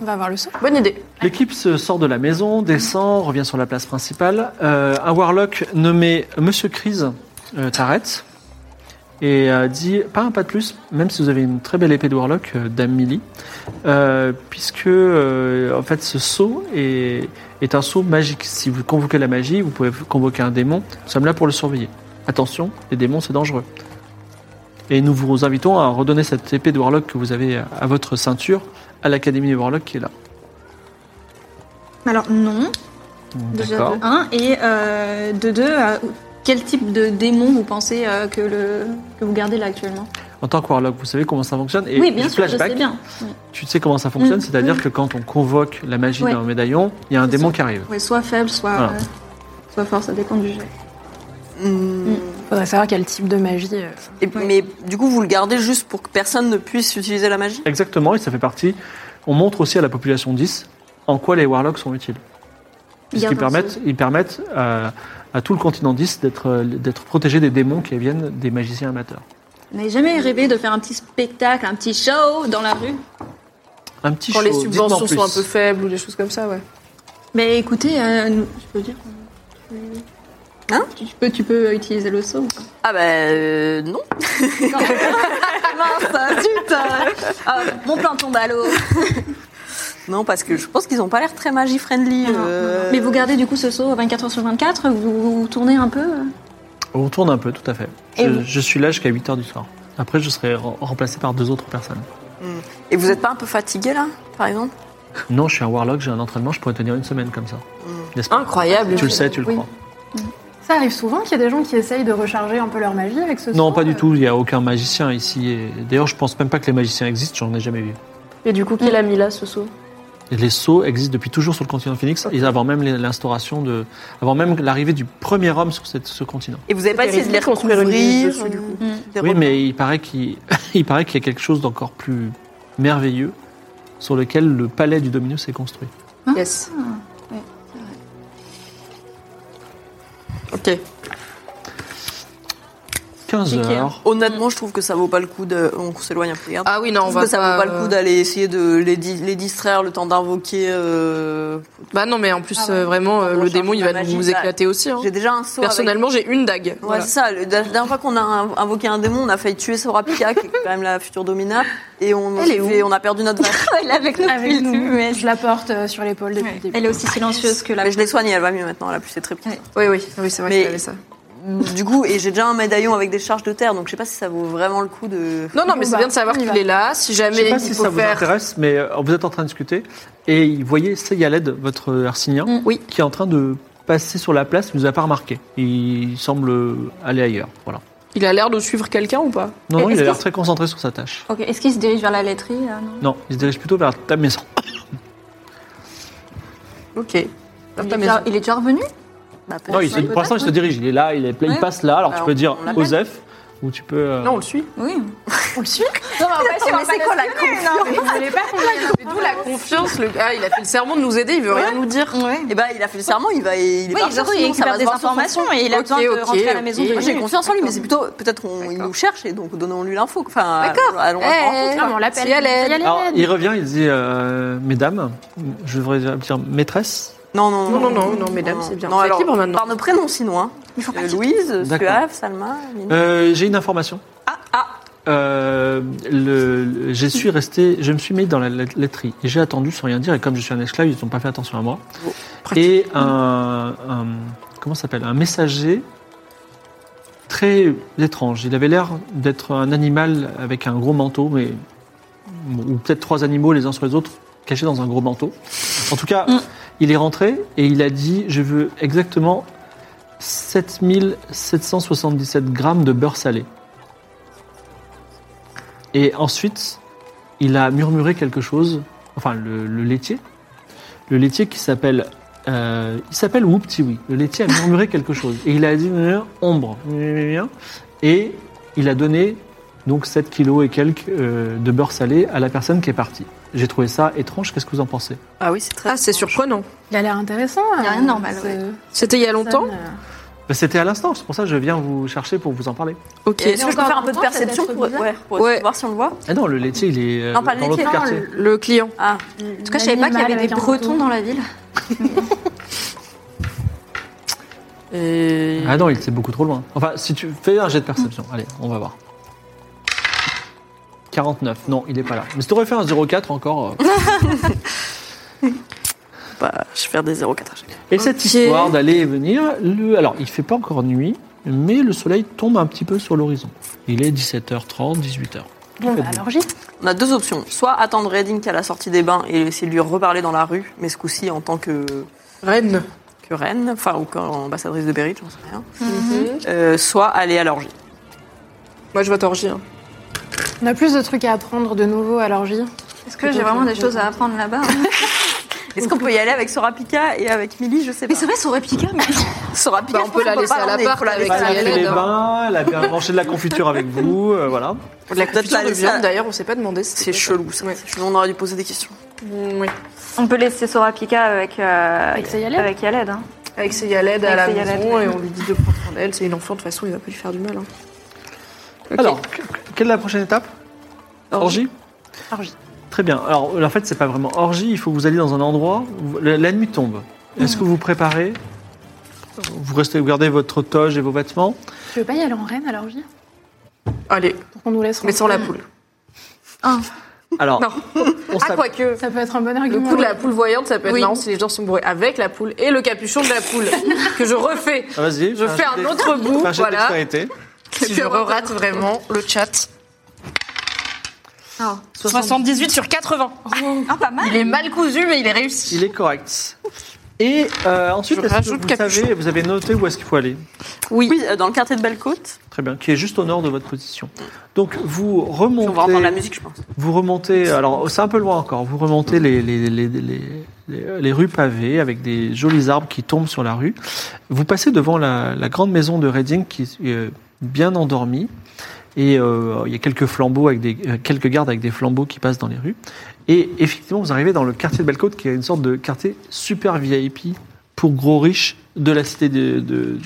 On va voir le saut.
bonne idée.
L'équipe se sort de la maison, descend, revient sur la place principale. Euh, un warlock nommé Monsieur Crise euh, t'arrête et euh, dit pas un pas de plus, même si vous avez une très belle épée de warlock, euh, Dame Millie, euh, puisque euh, en fait ce sceau est, est un sceau magique. Si vous convoquez la magie, vous pouvez convoquer un démon. Nous sommes là pour le surveiller. Attention, les démons c'est dangereux. Et nous vous invitons à redonner cette épée de warlock que vous avez à votre ceinture à l'Académie des Warlocks qui est là.
Alors, non, déjà
D'accord.
de 1. Et euh, de 2, quel type de démon vous pensez euh, que, le, que vous gardez là actuellement
En tant que warlock, vous savez comment ça fonctionne. Et
Oui, bien
juste
sûr, je
flashback,
sais bien.
Tu sais comment ça fonctionne,
Mm.
c'est-à-dire que quand on convoque la magie
Ouais.
d'un médaillon, il y a un
C'est
démon
ça.
qui arrive.
Ouais, soit faible, soit,
Voilà.
euh, soit fort, ça dépend du jeu.
Hmm.
Faudrait savoir quel type de magie. euh,
Et- Mais du coup, vous le gardez juste pour que personne ne puisse utiliser la magie
Exactement, et ça fait partie. On montre aussi à la population 10 en quoi les warlocks sont utiles.
Garde
Puisqu'ils
un
permettent, ils permettent à, à tout le continent 10 d'être euh, d'être protégé des démons qui viennent des magiciens amateurs.
Vous n'avez jamais rêvé de faire un petit spectacle, un petit show dans la rue
Un petit
Quand les
show, dites-m'en
subventions
plus.
sont un peu faibles ou des choses comme ça, ouais.
Mais écoutez, euh, nous- je peux dire.
Hein
tu, tu peux, tu peux utiliser le saut. ou pas
Ah bah euh, non. <laughs>
Mince, zut euh, ah, Mon plan tombe à l'eau.
Non, parce que je pense qu'ils ont pas l'air très magie-friendly. euh.
Mais vous gardez du coup ce saut 24 h sur 24, vous, vous tournez un peu euh
On tourne un peu, tout à fait.
Et
Je,
vous
je suis là jusqu'à 8 heures du soir. Après, je serai re- remplacé par deux autres personnes.
Et vous êtes pas un peu fatigué là, par exemple
Non, je suis un warlock, j'ai un entraînement, je pourrais tenir une semaine comme ça. N'est-ce pas
Incroyable.
Tu le sais, tu le
Oui.
crois.
Ça arrive souvent qu'il y a des gens qui essayent de recharger un peu leur magie avec ce
Non,
saut,
pas du
euh,
tout, il n'y a aucun magicien ici. et D'ailleurs, je pense même pas que les magiciens existent, j'en ai jamais vu.
Et du coup,
Hmm.
qui l'a mis là, ce saut
Et les sceaux existent depuis toujours sur le continent Phoenix, et avant même les- l'instauration de. avant même l'arrivée du premier homme sur cette- ce continent.
Et vous avez pas essayé de les
ridicule, construire une
recouvrir,
liste dessus, du coup.
euh, des
Oui,
re-
mais il paraît qu'il <laughs> il paraît qu'il y a quelque chose d'encore plus merveilleux sur lequel le palais du Dominus est construit.
Hein
Yes.
Ok.
15
Nickel.
heures.
Honnêtement, je trouve que ça vaut pas le coup de. On s'éloigne un peu. regarde.
Ah oui, non,
Je
on
trouve
va
que ça
pas,
vaut pas le
euh,
coup d'aller essayer de les, di- les distraire le temps d'invoquer. euh,
Bah non, mais en plus,
Ah ouais.
euh, vraiment, euh,
On
le
change
démon, il
la
va
magie,
nous
là.
éclater aussi. hein.
J'ai déjà un saut. avec-
Personnellement, j'ai une dague.
Ouais,
Voilà.
c'est ça. le- La dernière fois qu'on a inv- invoqué un démon, on a failli tuer Sora Pika, qui est quand même la future domina, et on,
Elle est où
et on a perdu notre vache.
Elle est avec nous depuis
Avec
le début, <laughs>
nous,
mais
je la porte euh, sur l'épaule depuis le début.
Elle est aussi silencieuse que la.
Mais je l'ai soignée, elle va mieux maintenant, elle a plus ses tripes.
Oui, oui, oui c'est vrai
Mais-
qu'il avait ça.
Du coup, et j'ai déjà un médaillon avec des charges de terre, donc je sais pas si ça vaut vraiment le coup de.
Non, non, mais c'est
bah,
bien de savoir
on y
qu'il
va.
est là. Si
Je sais
jamais
pas
il
si
faut
ça vous
faire.
intéresse, mais euh, vous êtes en train de discuter et vous voyez Seyaled, votre Arsinien,
Mm. Oui.
qui est en train de passer sur la place, il vous a pas remarqué. Il semble aller ailleurs. Voilà.
Il a l'air de suivre quelqu'un ou pas
Non,
Et
non, il
est-ce
a l'air
que-
très concentré sur sa tâche.
Ah.
Ok, est-ce qu'il se dirige vers la laiterie euh, non
Non, il se dirige plutôt vers ta maison.
Ok. Dans
il,
ta
est
maison.
déjà, il est déjà revenu
Bah, pour-
Non, il se- pour l'instant, il se dirige. Il est là, il, est plein- il
Ouais.
passe là. Alors, tu
Alors,
peux dire
on l'appelle
Osef ou tu peux. euh,
Non, on le suit.
Oui.
On le suit
Non, <laughs> mais en fait,
Mais c'est quoi la confiance
Vous voulez pas qu'on aille
Mais d'où la confiance le... Ah, il a fait le serment de nous aider, il veut rien nous dire.
Eh ben, il a fait le serment, il va, il
Oui,
est parti,
surtout, il
sinon ça
récupère
va se
des
voir sur son
informations et il a
Ok,
besoin
ok,
de rentrer à la maison
ok.
de
Moi, j'ai
Lulu.
confiance en lui, mais c'est plutôt peut-être qu'il
D'accord.
nous cherche et donc donnons-lui l'info. Enfin,
D'accord.
allons- allons-
Eh,
Ah,
Non, mais on l'appelle.
Si elle est-
Si elle est-
Alors, il revient, il dit euh, Mesdames, je devrais dire maîtresse.
Non, non,
Non, non, non, non, mesdames, c'est bien.
Non,
C'est
alors,
libre maintenant.
Par nos prénoms sinon. Hein. Euh, Louise,
D'accord.
Suave, Salma, Mina.
Euh, j'ai une information.
Ah, ah,
Euh, le, le- je suis resté, je me suis mis dans la la- laiterie et j'ai attendu sans rien dire. Et comme je suis un esclave, ils n'ont pas fait attention à moi. Et un, un- comment ça s'appelle un messager très étrange. Il avait l'air d'être un animal avec un gros manteau, mais ou peut-être trois animaux les uns sur les autres cachés dans un gros manteau. En tout cas, il est rentré et il a dit je veux exactement 7777 grammes de beurre salé. Et ensuite, il a murmuré quelque chose, enfin le, le laitier, le laitier qui s'appelle, euh, il s'appelle Whooptiwi. Le laitier a murmuré <laughs> quelque chose et il a dit euh, ombre, euh, et il a donné donc 7 kilos et quelques euh, de beurre salé à la personne qui est partie. J'ai trouvé ça étrange. Qu'est-ce que vous en pensez
ah oui, c'est très.
Ah, c'est surprenant.
Il a l'air intéressant. hein.
Il y a rien de normal, ouais.
euh,
C'était il y a longtemps
Mais Bah, C'était à l'instant, c'est pour ça que je viens vous chercher pour vous en parler.
Ok.
Est-ce que je peux faire un peu de
Encore longtemps, ça doit
perception
être
pour,
bizarre.
ouais, pour
Ouais.
voir si on le voit
Ah non, le laitier, il est euh,
Non, pas le
dans
laitier,
l'autre
non,
quartier.
Le client.
Ah,
En tout cas, je savais pas qu'il y avait des Bretons dans la ville.
et...
Ah non, il était beaucoup trop loin. Enfin, si tu fais un jet de perception, allez, on va voir. 49, non, il est pas là. Mais si t'aurais fait un 04 encore. euh.
bah, je vais faire des 0,4 à chaque.
Et cette histoire d'aller et venir, le... alors il fait pas encore nuit, mais le soleil tombe un petit peu sur l'horizon. Il est 17h30, 18h.
Bon, bah, alors j'y.
On a deux options. Soit attendre Redding à la sortie des bains et essayer de lui reparler dans la rue, mais ce coup-ci en tant que,
Reine.
que reine, enfin, ou comme ambassadrice de Berry, j'en sais rien.
Mhm.
Euh, soit aller à l'orgie.
Moi, je vais t'orgie. hein.
On a plus de trucs à apprendre de nouveau à l'orgie.
Est-ce que j'ai vraiment des choses à apprendre là-bas hein
Est-ce qu'on peut y aller avec Sorapika et avec Milly Je sais pas.
Mais c'est vrai, son réplica,
<laughs>
mais
Sorapika,
Bah, on
je
peut
pense
la
qu'on
laisser
pas
à
l'emmener,
l'appart
faut la
avec
laisser
la
à l'appart.
Hélène.
les bains, elle a bien mangé de la confiture avec vous, euh, voilà.
De la
Peut-être
Bah,
confiture
la
de
laisser à-
viande, d'ailleurs, on s'est pas demandé.
C'est chelou, ça.
Ouais.
C'est chelou, on aurait dû poser des questions.
Mm, Oui.
on peut laisser Sorapika avec euh,
Avec Sayaled
Avec Yaled, hein.
Avec ses yalèdes à la
Avec ses
maison et
Yaled.
on lui dit de prendre soin d'elle. C'est une enfant, de toute façon, il va pas lui faire du mal. hein. Ok.
Alors, que- quelle est la prochaine étape Orgie
Orgie.
Très bien. Alors, en fait, c'est pas vraiment orgie. Il faut que vous alliez dans un endroit. Où la, la nuit tombe. Est-ce que vous vous préparez Vous restez, vous gardez votre toge et vos vêtements.
Tu veux pas y aller en reine à l'orgie
allez,
Pour qu'on nous laisse
mais sans la
rentrer
poule.
Alors,
Non.
on
Ah,
s'app-
quoique.
Ça peut être un bon
Le
argument.
coup de la poule voyante, ça peut être
Oui.
marrant si les gens sont bourrés avec la poule et le capuchon de la poule
<laughs>
que je refais.
Ah, Vas-y.
Je fais un
jet
autre
d'ex-
bout,
fais un jet
voilà.
dextérité.
Si je rate vraiment le chat. 78 sur 80.
Ah, pas mal.
Il est mal cousu, mais il est réussi.
Il est correct. Et euh, ensuite,
Je
est-ce que
rajoute
vous
capuchon.
savez, vous avez noté où est-ce qu'il faut aller
Oui, euh, dans le quartier de Bellecote.
Très bien, qui est juste au nord de votre position. Donc, vous remontez.
On va entendre la musique, je pense.
Vous remontez, alors c'est un peu loin encore, vous remontez les, les, les, les, les- les rues pavées avec des jolis arbres qui tombent sur la rue. Vous passez devant la, la grande maison de Redding qui est euh, bien endormie. Et euh, il y a quelques flambeaux avec des, euh, quelques gardes avec des flambeaux qui passent dans les rues. Et effectivement, vous arrivez dans le quartier de Bellecote qui est une sorte de quartier super VIP pour gros riches de la cité, de, de-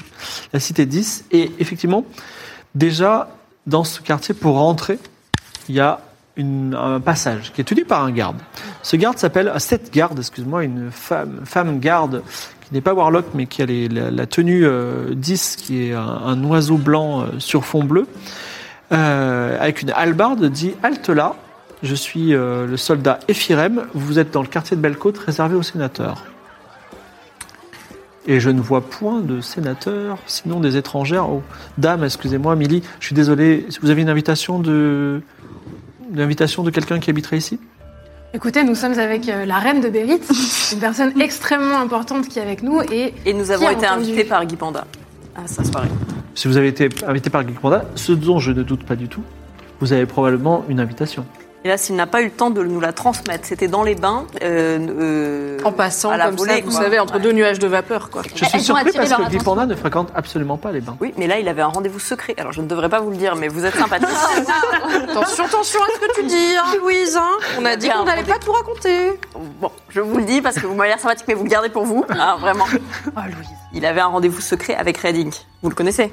la cité 10. Et effectivement, déjà dans ce quartier, pour rentrer, il y a une- un passage qui est tenu par un garde. Ce garde s'appelle, ah, cette garde, excuse-moi, une femme, femme garde qui n'est pas Warlock mais qui a les- la, la tenue euh, 10 qui est un, un oiseau blanc euh, sur fond bleu, euh, avec une hallebarde, dit Halte là, je suis euh, le soldat Ephirem, vous êtes dans le quartier de Bellecôte réservé aux sénateurs. Et je ne vois point de sénateurs, sinon des étrangères. Oh, dame, excusez-moi, Milly, je suis désolé, vous avez une invitation de, L'invitation de quelqu'un qui habiterait ici
Écoutez, nous sommes avec euh, la reine de
<laughs>
Bérite, une personne extrêmement importante qui est avec nous et
Et nous avons
a
été
entendu
invités par Guy Panda à sa soirée.
Si vous avez été invité par Geek Panda, ce dont je ne doute pas du tout, vous avez probablement une invitation.
Et là, s'il n'a pas eu le temps de nous la transmettre, c'était dans les bains. euh, euh,
En passant
à la
comme
volée,
ça, vous
quoi.
savez, entre
Ouais.
deux nuages de vapeur, quoi.
Je suis
elles ont
surpris
attiré
parce
leur
que Geek
attention.
Panda ne fréquente absolument pas les bains.
Oui, mais là, il avait un rendez-vous secret. Alors, je ne devrais pas vous le dire, mais vous
<laughs>
êtes sympathique.
Attention, attention à ce que tu dis, hein, Louise. hein. On a dit
Bien,
qu'on n'allait pas tout raconter.
bon, je vous le dis parce que vous m'avez l'air sympathique, mais vous le gardez pour vous. Ah, vraiment.
oh Louise.
Il avait un rendez-vous secret avec Redding. Vous le connaissez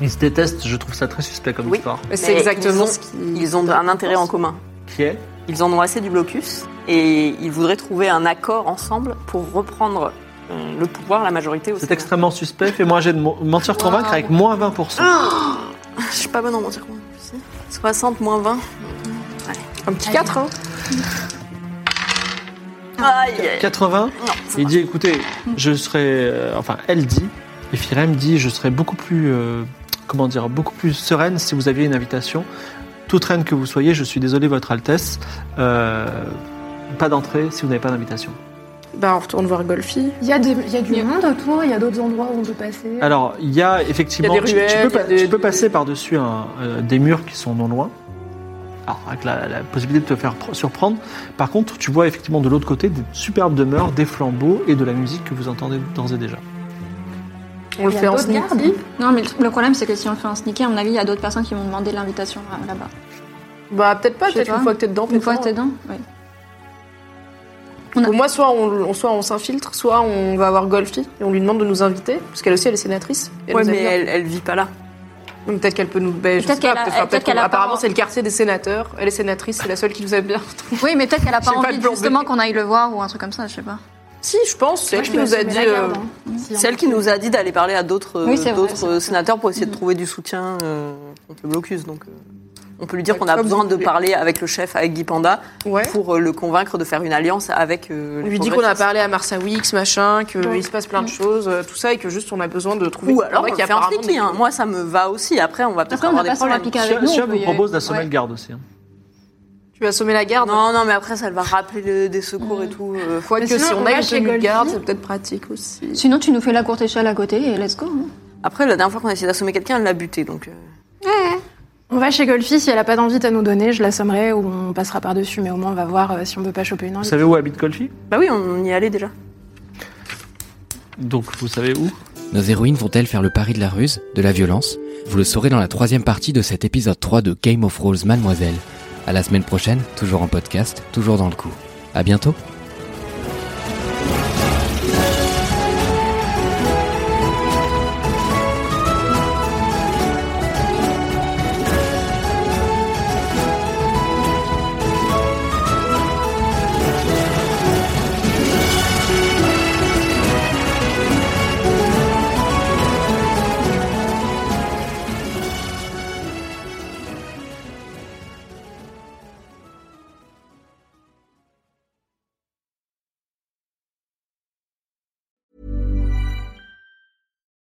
Ils se détestent, je trouve ça très suspect comme
Oui.
histoire.
C'est exactement
ils ont-
ce qui.
Ils ont un intérêt en commun.
Qui est
Ils en ont assez du blocus et ils voudraient trouver un accord ensemble pour reprendre euh, le pouvoir, la majorité aussi.
C'est extrêmement suspect. Fais-moi un jet de mo- mentir convaincre avec moins 20%.
Je suis pas bonne en mentir. 60 moins 20.
Un petit 4, hein.
Aïe
80
Non, ça
Il
va.
dit écoutez, je serais. euh, enfin, elle dit, et Firem dit je serais beaucoup plus. euh, comment dire Beaucoup plus sereine si vous aviez une invitation. Toute reine que vous soyez, je suis désolé, Votre Altesse. euh, pas d'entrée si vous n'avez pas d'invitation.
Bah, on retourne voir Golfi.
Il y a, des- il y a du monde autour, il y a d'autres endroits où on peut passer.
Alors, il y a effectivement.
Il y a des
tu- tu,
ruelles,
peux, pas-
il y a des-
tu peux passer par-dessus un, euh, des murs qui sont non loin. Alors, avec la, la possibilité de te faire pr- surprendre. Par contre, tu vois effectivement de l'autre côté des superbes demeures, des flambeaux et de la musique que vous entendez d'ores et déjà.
On le
Il y a
fait en
d'autres gardes.
sneaky.
Non, mais le, le problème, c'est que si on le fait en sneaker, à mon avis, il y a d'autres personnes qui vont demander l'invitation euh, là-bas.
Bah, peut-être pas,
Je sais
peut-être
pas.
une fois que t'es dedans,
Une fois que
peut-être
t'es dedans, oui.
Bon, moi, soit on, on- soit on s'infiltre, soit on va voir Golfi et on lui demande de nous inviter, parce qu'elle aussi, elle est sénatrice. et elle
Ouais,
nous
mais
aime bien.
elle, elle vit pas là.
Donc peut-être qu'elle peut nous. ben, je
Peut-être
sais pas,
qu'elle a-
enfin,
peut-être qu'elle
qu'on-
a pas-
Apparemment, c'est le quartier des sénateurs. Elle est sénatrice, c'est la seule qui nous aime bien.
Oui, mais peut-être qu'elle a
J'ai
pas
pas
envie
de plan B.
justement qu'on aille le voir ou un truc comme ça, je sais pas.
si, je pense. C'est elle qui nous a dit. euh,
hein.
C'est elle qui nous a dit d'aller parler à d'autres
Oui, c'est vrai,
d'autres,
c'est vrai. Mm.
euh, sénateurs pour essayer de trouver du soutien euh, contre le blocus. Donc, euh, on peut lui dire
Ouais,
qu'on a
comme
besoin
vous
de
voulez.
parler avec le chef, avec Guy Panda,
Ouais.
pour euh, le convaincre de faire une alliance avec. euh,
On
les
lui dit qu'on a
progressistes.
parlé à Marsa Wicks, machin, qu'il
Ouais.
se passe plein de choses, euh, tout ça, et que juste on a besoin de trouver.
mm. Ou alors,
Ouais,
on
qu'il y a
fait un
apparemment
flic, hein. Moi, ça me va aussi. Après, on va peut-être
Après, on n'a
avoir des
pas son
problèmes.
piquer avec nous.
Sia
on peut
vous
y
propose
aller.
d'assommer
Ouais.
le garde aussi. hein.
des- Tu vas assommer la garde.
Non, non, mais après, ça va rappeler le- des
Mm.
secours et tout. euh,
Quoique,
Mais sinon,
si
on
on
va
a une
chez
tenue de
Golfi.
garde, c'est peut-être pratique aussi.
Sinon, tu nous fais la courte échelle à côté et let's go. hein.
Après, la dernière fois qu'on a essayé d'assommer quelqu'un, elle l'a buté. Donc, euh,
On va chez Golfi, si elle a pas d'invite à nous donner, je l'assommerai ou on passera par-dessus, mais au moins on va voir euh, si on peut pas choper une
Vous
invite.
savez où habite Colfi
bah oui, on y allait déjà.
Donc vous savez où
Nos héroïnes vont-elles faire le pari de la ruse, de la violence Vous le saurez dans la troisième partie de cet épisode 3 de Game of Rolls Mademoiselle. À la semaine prochaine, toujours en podcast, toujours dans le coup. À bientôt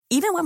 Even when